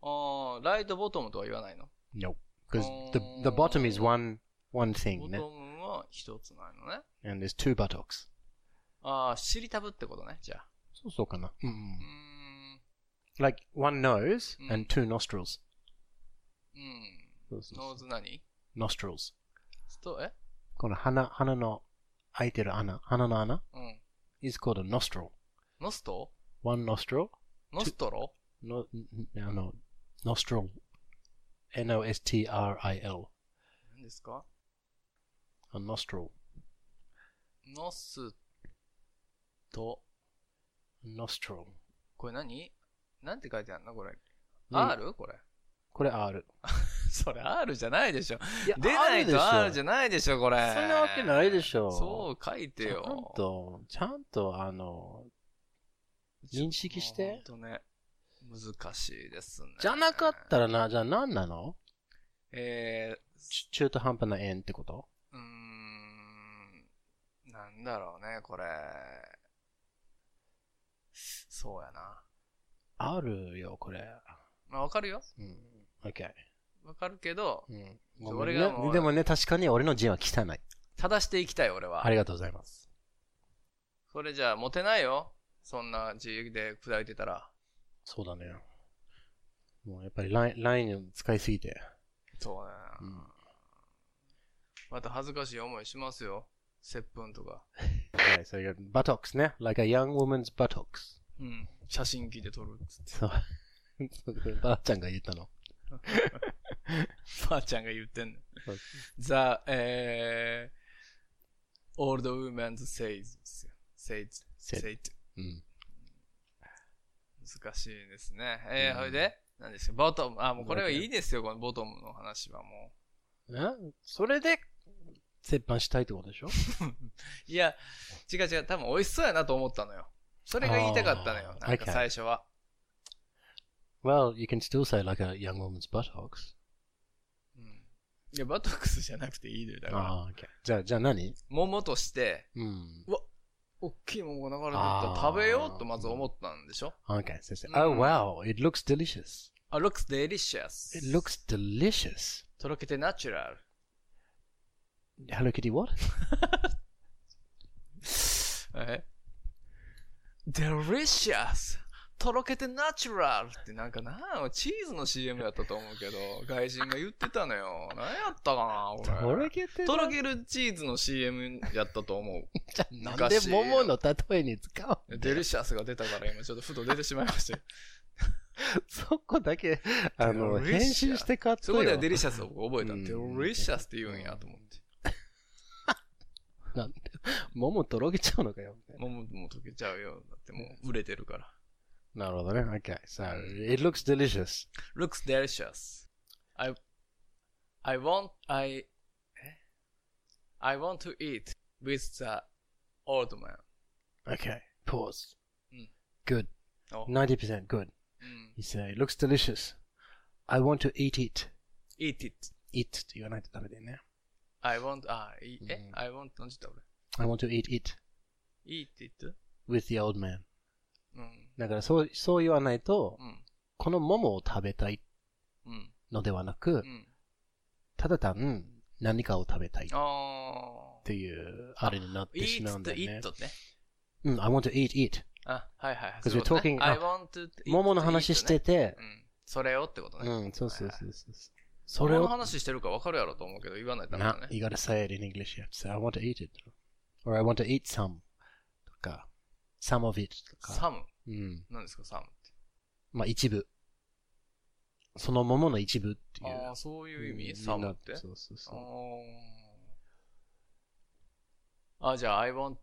ああ、ライトボトムとは言わないの。 Nope. Because the the bottom is one one ボ thing, ト ne? ムは一つないのね。 and there's two buttocks. ああ、尻タブってことね、じゃあ。そうそうかな。うーん。 Like one nose Mm. and two nostrils. うん。ノーズ何 Nostrils. スト、えこの鼻、鼻の開いてる穴、鼻の穴うん。 is called a nostril. ノスト One nostril, ノストロ no, no, no, nostril, N O S T R I L, 何ですか a nostril, ノスト。 nostril. これ何なんて書いてあるのこれ。うん R? これ。これR。 それ R じゃないでしょ。いや、出ないと R じゃないでしょ、これ。そんなわけないでしょそう、書いてよ。ちゃんと、ちゃんと、あの、じゃなかったら認識してほんとね。難しいですね。な、じゃあ何なのえち中途半端な円ってことー、うーん、なんだろうね、これ。そうやな。あるよ、これ。まあ、わかるよ。うん。OK。わかるけど、うん。そうごめん俺がもね、うでもね、確かに俺の字は汚い。正していきたい、俺は。ありがとうございます。それじゃあ、モテないよ。そんな自由で砕いてたら。そうだね。もうやっぱりラインラインを使いすぎて。そうね。うんまた恥ずかしい思いしますよ。接吻とか。はい、それが、buttocks ね。like a young woman's buttocks。うん。写真機で撮るっつって。そう。 ばあちゃんが言ったの。ばあちゃんが言ってんのそう。ザ、えー、オールドウーマンズ・セイズ。セイズ。 Said セイズ。うん。難難しいですね。えうー、んほいで、何ですか、ボトム。あ、もうこれはいいですよ、このボトムの話はもえそれで、折半したいってことでし ょう。いや、違う違う、多分美味しそうやなと思ったのよ。それが言いたかったのよあ、ーなんか Okay 最初は。 ?Well, you can still say like a young woman's buttocks. うんいや、バトックスじゃなくていいのよ、だから。ああ、OK。じゃあ、じゃあ何桃として、うん。大きい桃が流れてったら食べようとまず思ったんでしょ Okay, so, so- Mm. oh wow, it looks delicious. あ、looks delicious. It looks delicious. とろけてナチュラル。 Hello Kitty, what? え ?delicious! とろけてナチュラルってなんかなあチーズの CM だったと思うけど、外人が言ってたのよ。何やったかなこれ。けてとろけるチーズの CM やったと思う。じゃあなんで桃の例えに使う デリシャスが出たから今ちょっとふと出てしまいましたよ。そこだけ、あの、 Delicious 編集して買っそたこではよ。デリシャスを覚えた。うん delicious って言うんやと思って。なんで桃とろけちゃうのかよ。もう、もう溶けちゃうよ。だってもう売れてるから。なるほどね。Okay, so it looks delicious. looks delicious. I, I want, I, え I want to eat with the old man. Okay, pause. うん Good. お90% good. うん、 You say, it looks delicious. I want to eat it. eat it. It って言わないとダメだよね。 I want, あ、いえ、うん I want, なんて言った I want to eat it 俺。eat it? with the old man. うん。だからそう、そう言わないと、うん。この桃を食べたいうん。のではなく、うん。ただ単何かを食べたいっあー。ていう、あれになってし eat まうんだ to よね eat。ね。うん、I want to eat it. あ、はいはいはい。 'Cause そういうことね we're talking- I want to eat 桃の話して、て eat ね、うん。それをってことね。うん、そうそうそうそう。そ桃れのを、話してるかわかるやろと思うけど、言わないとダメなだ、ね。 you gotta say it in English. You have to say, I want to eat it. or I want to eat some. とか、some of it. とか。サム。うん。何ですか、サムって。まあ、一部。その桃の一部っていう。ああ、そういう意味、うんサムって。そうそうあそあ、じゃあ、I want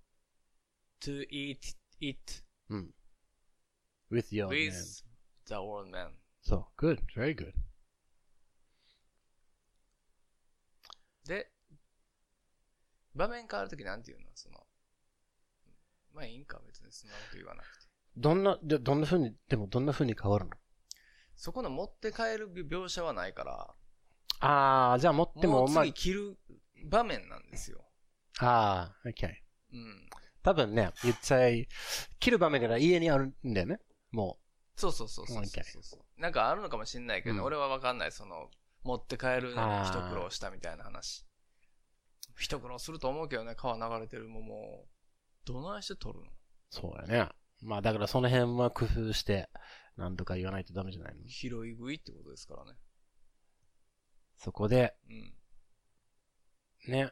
to eat it with your with name. the old man. So, good, very good. で、場面変わるときなんて言うのその、まあいいんか、別にそんなこと言わなくて。どんな、でどんな風に、でもどんな風に変わるのそこの持って帰る描写はないから、ああ、じゃあ持ってももおう前次、着る場面なんですよ。ああ、OK。うん。多分ね、言っちゃい、切る場面から家にあるんだよね。もそうそうそうそうそうそうそう。なんかあるのかもしんないけど、うん俺はわかんない。その、持って帰るのあにー一苦労したみたいな話。一苦労すると思うけどね、川流れてる桃を。どないして取るのう、そうだよね。まあだからその辺は工夫して、なんとか言わないとダメじゃないの。拾い食いってことですからね。そこで、うん。ね。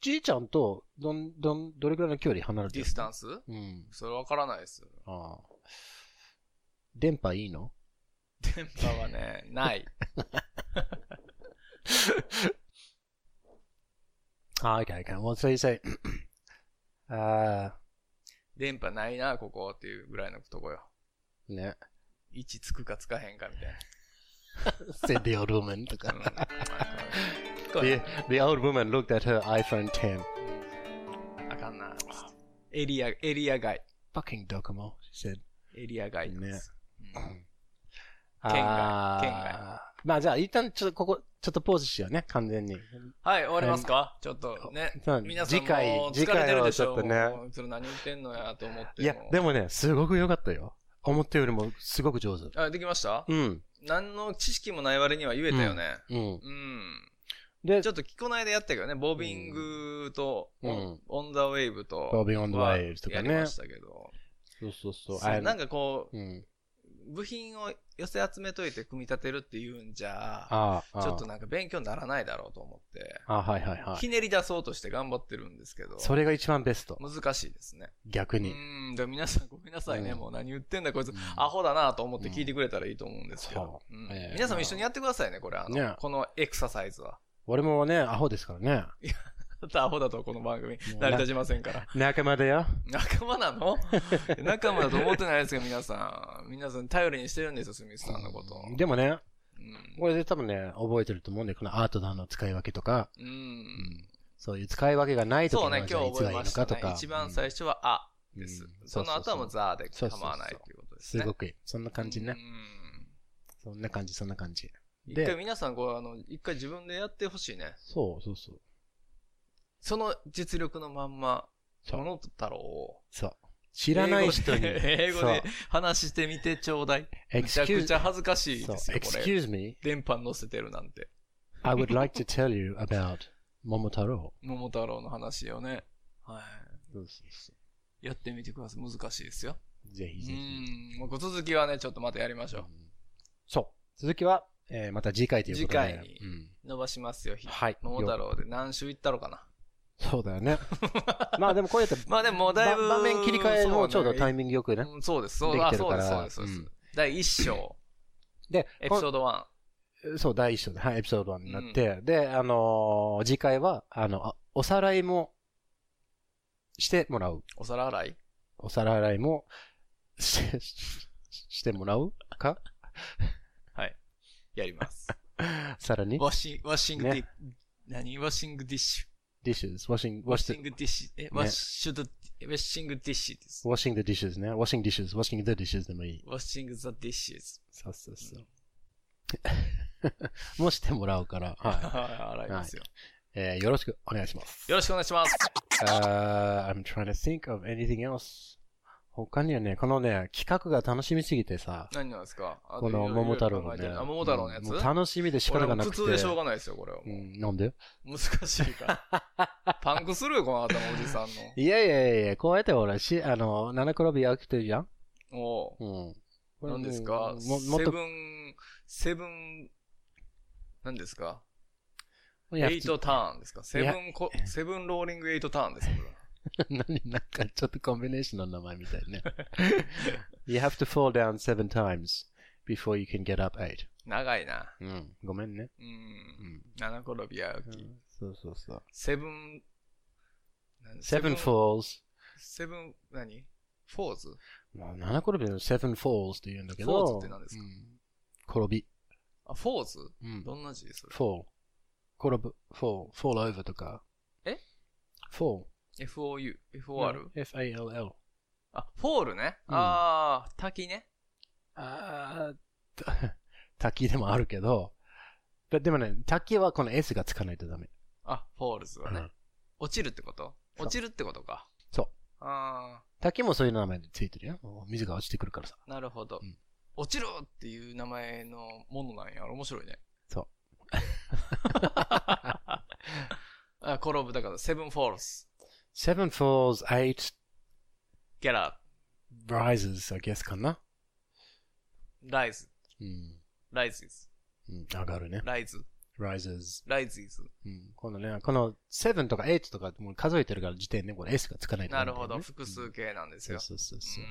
じいちゃんと、どん、どん、どれくらいの距離離れてデるィスタンンススうん。それわからないですよ。ああ。電波いいの電波は ね、ない。ああ、okay, okay. Well, so you say, uh, 電波ないな、ここっていうぐらいのとこよ。ね。位置つくかつかへんかみたい said the old woman となか。うん。なんか the, the old woman looked at her iPhone 10. あかんな。エリア、エリア外。 Fucking Docomo, she said. エリア外です。ねうん県外外圏まあじゃあ、一旦ちょっとここ、ちょっとポーズしようね、完全に。はい、終わりますか、ちょっとね。そう皆さん次回もう疲れてるでしょ。次回はちょっとねもうそれ何言ってんのやと思って。いや、でももね、すごく良かったよ。思ったよりもすごく上手。う。あ、できました、うん。何の知識もない割には言えたよね。うん。うん。でちょ、っとこの間やったけどね、ボービングと、うんオンオンダウェイブと、ボービングオンザウェイブとかねやりましたけど。そうそうそそうなんかこう、うん。部品を寄せ集めといて組み立てるっていうんじゃ、ああ、ちょっとなんか勉強にならないだろうと思って、ああ、はいはいはい。ひねり出そうとして頑張ってるんですけど、それが一番ベスト。難しいですね。逆うに。ん、でも皆さんごめんなさいね、うんもう何言ってんだこいつうん、アホだなと思って聞いてくれたらいいと思うんですけど、うんうんそうええ皆さんも一緒にやってくださいね、これ、あの、ねこのエクササイズは。 俺もね、アホですからね。だってアホだとこの番組う、な成り立ちませんから。仲間だよ。仲間なの 仲間だと思ってないですけど、皆さん。皆さん頼りにしてるんですよ、スミスさんのこと。でもね、うんこれで多分ね、覚えてると思うんだよ。このアートだの使い分けとか、うん。そういう使い分けがないとそきうねの、じゃ今日あいつ覚がえいいのましたかとね。か。一番うん最初は、あですうん。その後はもう、ザーで構わないそうそうそうということですすね。ごくいい。そんな感じねう。んそんな感じ、そんな感じ。一回で、皆さん、こう、あの、一回自分でやってほしいね。そうそうそう。その実力のまんま、そうモノ太郎を。そう。知らない人に。英語 で英語そうで話してみてちょうだい。めちゃくちゃ excuse, 恥ずかしいそうですよ、これ。 excuse me, 電波に乗せてるなんて。 I would like to tell you about 桃太郎。桃太郎の話をね。はそうそうそい。やってみてください。難しいですよ。う。ぜうひぜひ。ん。もうご続きはね、ちょっとまたやりましょそう。続きは、えーまた次回ということで。次回にうんう。伸ばしますよ、ひはい。桃太郎で何週行ったろかな。そうだよね。まあでもこうやって、まあでももうだいぶば場面切り替えもちょうどタイミングよくね。うんそうです、そうでですきあてるそうかです、らそうです。そうですうん第1章、で、エピソード1。こんそう、第一章で、はい、エピソード1になって、で、あのー次回は、あの、あおさらいも、してもらう。お皿洗いおさらいも、して、してもらうかやります。さらにワッシン、ワッシングディ、ね何ワッシングディッシュ。 dishes, washing, ワッ wash シン the, グディッシュ。え、ワッシュド、ワッシングディッシュです。 washing the dishes ね。washing dishes, washing the dishes でもいい。ワッシングザディッシュです。 そうそうそう。 もうしてもらうから、は洗いますよ。い。えーよろしくお願いします。よろしくお願いします。 Uh, I'm trying to think of anything else. 他にはね、このね、企画が楽しみすぎてさ、何なんですかあとこの桃太郎のいろいろ考えてねるあ、桃太郎のやうんつもう楽しみで仕これも方がうな苦くて。痛でしょうがないですよ、これはうもん、なんでう。難しい から。パンクするよ、この頭おじさんいやいやいや、こうやってほら、し、あの、七転び飽きてるじゃんの。おう。うん。これ何ですかももっセとブ、ン、セブン、何ですかいやエイトターンですかセブンコ、セブンローリングエイトターンですかこれは 何なんかちょっとコンビネーションの名前みたいね。you have to fall down seven times before you can get up eight. 長いな。うん。ごめんね。う。うんん。七転びやき。そうそうそう。セブン、 Seven Falls。セブン、何フォーズまあ、七転びの Seven Falls って言うんだけど。 Falls って何ですかうん転び。あ、フォーズうんどんな字それ Fall。転ぶ。Fall。Fall over とか。え ?Fall。 ?FOU、FOR? ?F-A-L-L。あ、フォールね。うんあー、滝ね。あーた 滝でもあるけど。だでもね、滝はこの S がつかないとダメ。あ、フォールズはうねん。落ちるってことそう落ちるってことか。そう。あ滝もそういう名前でついてるよ。水が落ちてくるからさ。ー、なるほどうん。落ちるっていう名前のものなんや。面白いね。 そう。あ、転ぶ。だから、セブンフォールズ。 Seven Falls, Eight ギャラ、 Rises, I guess かな。ライズ、うん。ライズイズ、うん、上がるね。ライズ、 Rises. ライズイズ。うん、このね、この7とか8とかもう数えてるから時点でこれ S がつかないとなダメるだよねほど。複数形なんですそうよ。そうそうそう。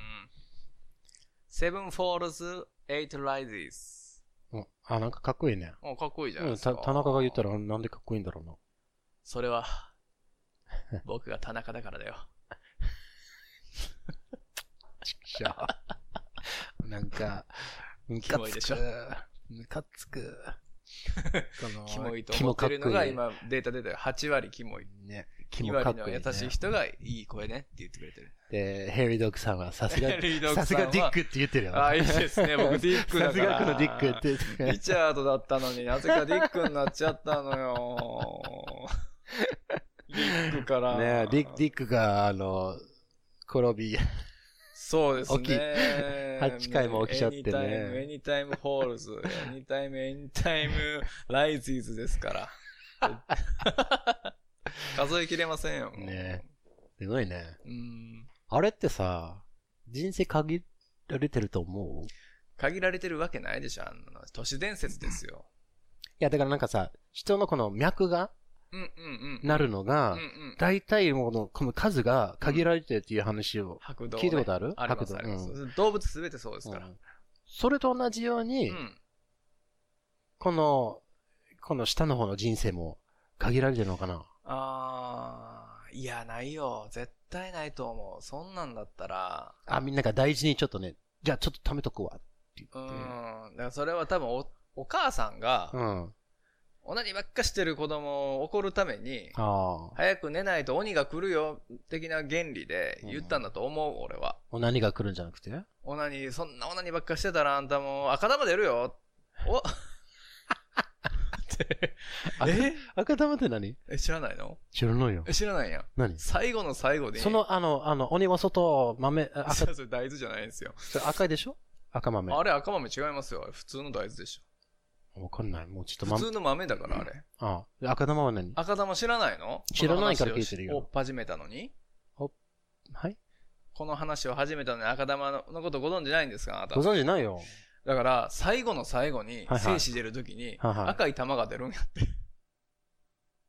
セブンフォールズ、エイトライズス。うんあ、なんかかっこいいね。もうかっこいいじゃないうん、ですか。た田中が言った。らなんでかっこいいんだろうな。それは、僕が田中だからだ よ。ちくしょう なんか、ムキモいでしょカつく。ムカつく。このキモいと思ってるのが。今データ出たよ。8割キモい。ね、キ2モかっ割このいい、ね。優しい人がいい声 ねって言ってくれてる。で、ヘリードッグさんはさすが、リードさすがディックって言ってるよ。ああ、いいですね。僕ディックださすから。がこのディックって言ってるリチャードだったのになぜかディックになっちゃったのよ。 ディックから。ねディック、ディックが、あの、転び、そうです起きね。 8回も起きちゃってエニねタイム、エニタイムホールズ、エニタイム、エニタイムライズイズですから。数えきれませんよ。もうねすごいね。うん。あれってさ、人生限られてると思うい限られてるわけないでしょ、あんなの。都市伝説ですよ。や、だからなんかさ、人のこの脈がうんうんうん。なるのがうん、うん。大体もの、この数が限られてるっていう話を。白道ね、聞いたことあるあります、白あ道りますう動物すべてそうですから。うんそれと同じよううに、ん。この、この下の方の人生も限られてるのかな。あー、いや、ないよ。絶対ないと思う。そんなんだったら、あ、みんなが大事にちょっとね、じゃあちょっと貯めとくわって言うって。ん。だからそれは多分お、お母さんが、うん。あオナニーばっかしてる子供を怒るために、あ。早く寝ないと鬼が来るよ、的な原理で言ったんだと思う、俺は。お何が来るんじゃなくてオナニー、そんなオナニーばっかしてたらあんたも赤玉出るよ。おってえ赤玉って何え知らないの知らないよえ。知らないやん。何最後の最後でいいそ、の、あの、あの、鬼は外、豆、あそ赤、れそれ大豆じゃないんですよ。それ赤いでしょ赤豆。あれ赤豆違いますよ。あれ普通の大豆でしょ。わかんない。もうちょっと普豆。通の豆だから、あれ。ああ赤玉は何赤玉知らないの知らないから聞いてるよこの話をし始めたのにはいこの話を始めたのに赤玉のことご存知ないんですかあなたご。存知ないよ。だから、最後の最後にはい、はい精子出るときに、はいはい赤い玉が出るんやって。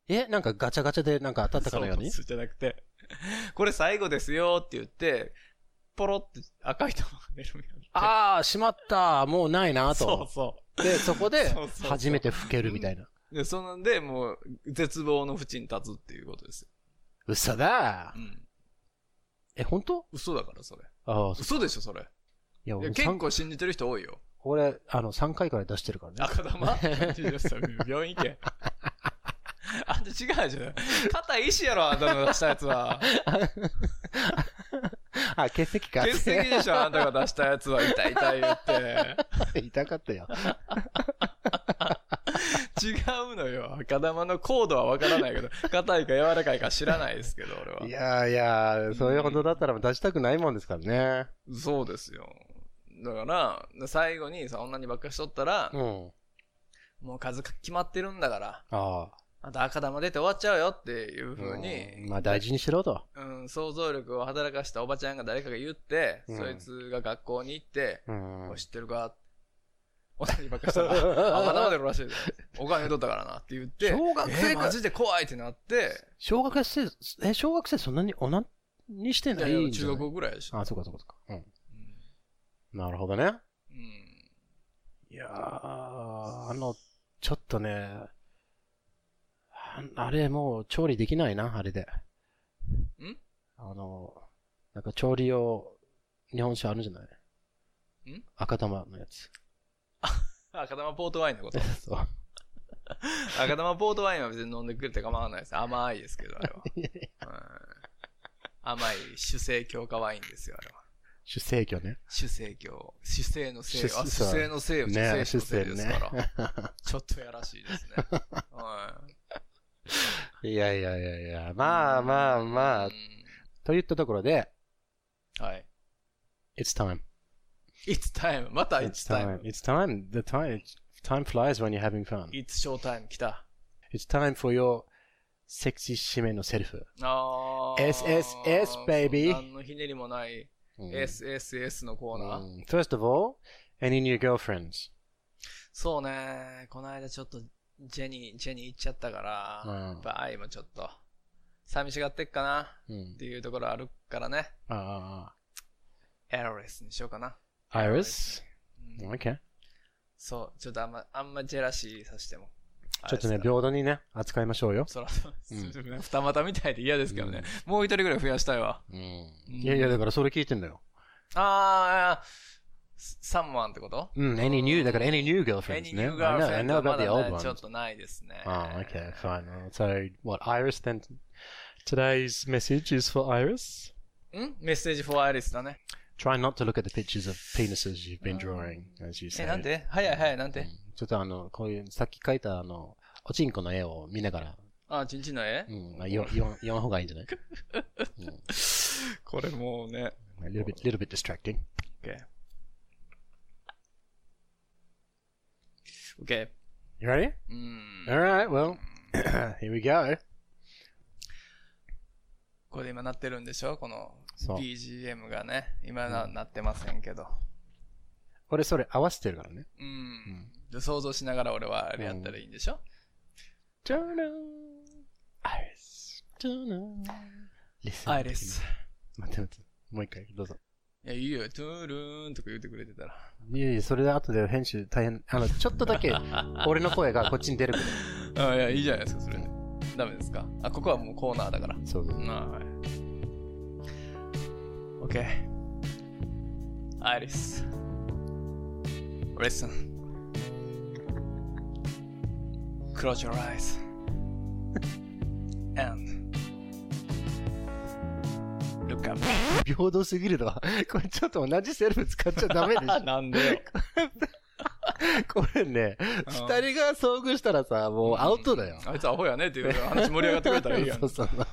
えなんかガチャガチャでなんか当たったかのようにそうじゃなくて、 これ最後ですよって言って、ポロって赤い玉が出るんやって。ああ、しまったもうないなそとう。そで、そこでそうそう、そう初めて吹けるみたいな。う。で、そんなんで、もう、絶望の淵に立つっていうことですよ。嘘だうん。え、本当嘘だから、それ。ああ、そ嘘でしょ、それ。いや、いや俺、結三構信じてる人多いよ。俺、あの、3回から出してるからね。赤 玉 病院行け。あんた違うじゃん。肩石やろ、あんたの出したやつ は。あ、欠席か。欠席でしょ、あんたが出したやつは。痛い痛い言って。 痛かったよ。。違うのよ。赤玉の硬度はわからないけど、硬いか柔らかいか知らないですけど、俺はい やいや、そういうことだったら出したくないもんですからね。そうですよ。だから、最後にさ、女にばっかしとったらう、ん。もう数決まってるんだから、ああんた赤玉出て終わっちゃうよっていうあ。風に、うんまあ大事にしろと。うん、想像力を働かしたおばちゃんが誰かが言って、うんそいつが学校に行って、うんおい知ってるか女にばっかしたら、あ、まだまだらしいで。お金取ったからなって言って、小学生えーかマジで怖いってなって、小学生、え、小学生そんなにおなにしていなやいいやんじ中ゃない学校ぐらいでしょ。あ、そうかそうかそうか。うんうん。なるほどね。うんいやー、あの、ちょっとね、ああれもう調理できないな、あれで。うあの、なんか調理用、日本酒あるんじゃないん赤玉のやつ。 赤玉ポートワインのこと。そう。赤玉ポートワインは別に飲んでくれて構わないです。甘いですけど、あれ は。うん甘い酒精強化ワインですよ、あれは。主成魚ね。酒精強。酒精のせい。あ、酒酒精のせいを酒精ねの主せい成ですかねら。。 ちょっとやらしい ですね。はい。いやいやいやいや、まあまあまあう、んといったところで、はい。 It's time. It's time. また It's time. It's time. The time. Time flies when you're having fun. It's showtime 来た。 It's time for your セクシー締めのセルフ。あー SSS baby 何のひねりもない。SSS のコーナー。うん Mm. First of all, any new girlfriends? そうね。この間ちょっとジェニー、ジェニー行っちゃったから、うんやっぱ愛もちょっと、寂しがってっかなうんっていうところあるからね。あエロレスにしようかな。あ、Iris? うん Okay. そう、ちょっとあんま、あんまジェラシーさせても。ちょっとね、秒。平等にね、扱いましょうよ。そらそうです。二股みたいで嫌ですけどね。もう一人ぐらい増やしたいわ。いやいや、だからそれ聞いてんだよ。ああ、サンマンってことうん、any Mm, new, だから any new girlfriends ?Any ね。 new I know, I girlfriend know は about ま the old だねちょっ ones. とないですね。 Ah, okay, fine. So, what, Iris then? Today's message is for Iris. んメッセージフォアアリスだね。 Try not to look at the pictures of penises you've been drawing, as you say. え、なんで早い早い、なんうんでちょっとあの、こういう、さっき描いたあの、おちんこの絵を見ながら、あ、ちんちんの絵うん、まあ、よ、よ、読む方がいいんじゃないこれもうね。 A little bit, little bit distracting. OK。OK。 You ready? うん。 Alright, well, here we go. これ今なってるんでしょこのそう BGM がね。今ななってませんけど。俺それ合わせてるからね。うん。で想像しながら俺はあれやったらいいんでしょジャーナー Iris. ジャーナー Listen. アイリス。。待って待って。もう一回、どうぞ。いや、いいよ。トゥールーンとか言ってくれてたら。いやいや、それで後で編集大変。あの、ちょっとだ け、俺の声がこっちに出るから。あいや、いいじゃないですか、それで。ダメですかあ、ここはもうコーナーだから。そうそう。なあ、はい。OK。アイリス。Listen. Close your eyes. And look up. 平等すぎるのは、これちょっと同じセルフ使っちゃダメでし ょ。なんでよ。これね、二人が遭遇したらさ、もうアウトだよ。あいつアホやねっていう話盛り上がってくれたらいい やん。そうそうそう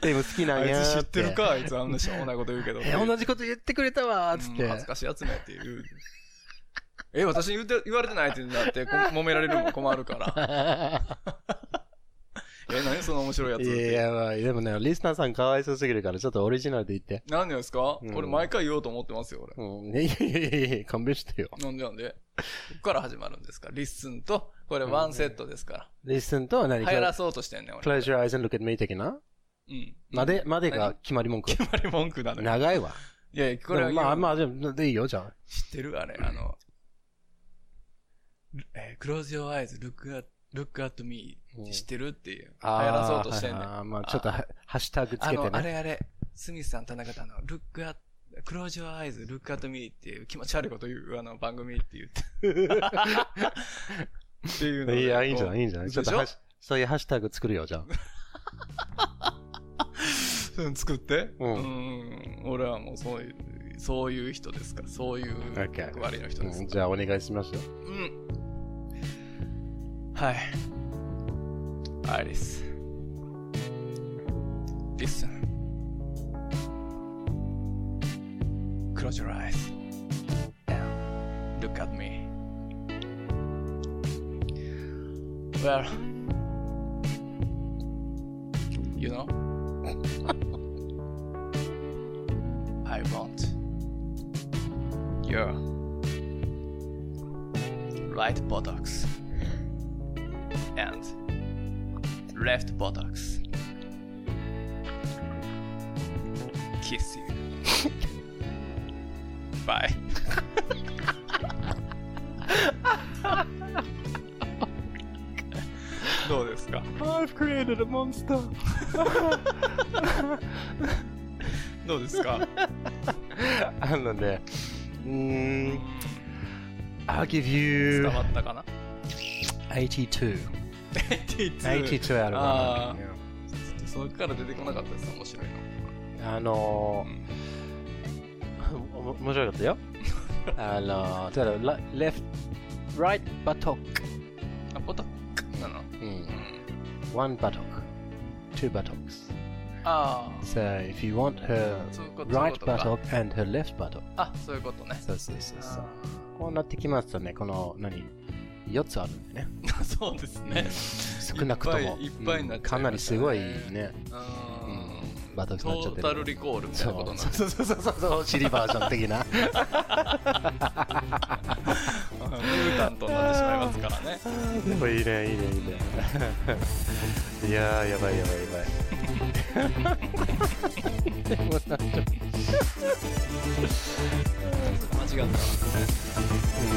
でも好きなんやあいーつ知ってるかあいつあんなしょうもないこと言うけど。え、同じこと言ってくれたわーっつっうん恥ずて。かしいやつねっていう。え、私に言って言われてないってなって、こ揉められるのも困るから。え、何その面白いやつっい やいて。や、まあ、でもね、リスナーさんかわいそうすぎるから、ちょっとオリジナルで言って。何ですか、うん俺毎回言おうと思ってますよ、俺。うん、いやいやいやいや、勘弁してよ。なんでなんで。ここから始まるんですかリッスンと、これワンセットですかリスンと何ら。流行らそうとしてんねん、俺。 Close your eyes and look at me 的なうん。まで、までが何決まり文句。あれ文句なのよ。長いわ。いやいや、こでれもはまああ、まあ、でもでいいよ、じゃあ。知ってるあれ、あの、えー、close your eyes, look at, look at me って知ってるっていう。流行らそうとしてんねん。あーまあ、ちょっとはハッシュタグつけてあの、あね。れあれ、スミスさん、田中さんの、look at, close your eyes, look at me っていう気持ち悪いこと言う、あの、番組って言って。っていうのでいや、いいんじゃないいいんじゃないちょでっしとょハッシュそういうハッシュタグ作るよ、じゃあ。うん作って。うんん俺はもうそういう、そういう人ですから、そういう Okay 役割の人ですうんかじゃあ、お願いしますよ。ら。うん。はい。アイリス。Listen. Close your eyes and look at me. Well, you know, I want your right buttocks and left buttocks. Kiss you. Bye. どうですか I've created a monster! どうですか あのね、うーん、I'll give 伝 you わったかな 82. 82 82あるあかーちょっとそれから出てこなかったです面白いのな。あのー、おも面白かった よ。あのー、例えば、ラ left, right buttock. あポタックなのうん。One buttock. Two buttocks. ああ So if you want her そういうことそういう right ことか buttock Ah. and her left buttock. あそういうことねそうそうそうそう。あこうなってきますとね、この、何 ?4 つあるんで ね。ーそうですね少なくとも。いっぱいいっぱいになっちゃいましたねうんかなりすごいね。うんバトルトになっちゃってーるタルリコールみたいなことになるそうそうそうそうそう、シリバージョン的な。うんミュータントになってしまいますからねでもいいね、い いね、いいね。いやー、やばいやばいやばい。でもなんか、間違っ たうん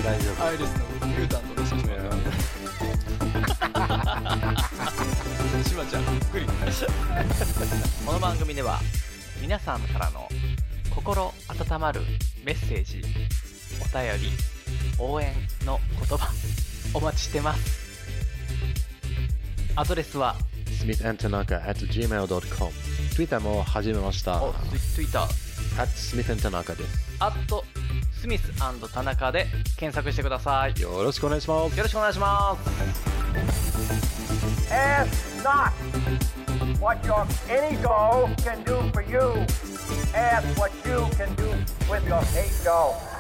大丈夫。アイリスのミュータントでしまいますしばちゃんびっくりこの番組では皆さんからの心温まるメッセージお便り応援の言葉お待ちしてますアドレスは smithandtanaka at gmail.com。Twitter も始めました。お Twitter at smithandtanaka です。アットスミス田中で検索してくださいよよろしくお願いします。ろしくお願いします Ask not what your any doll can do for you. Ask what you can do with your hate doll.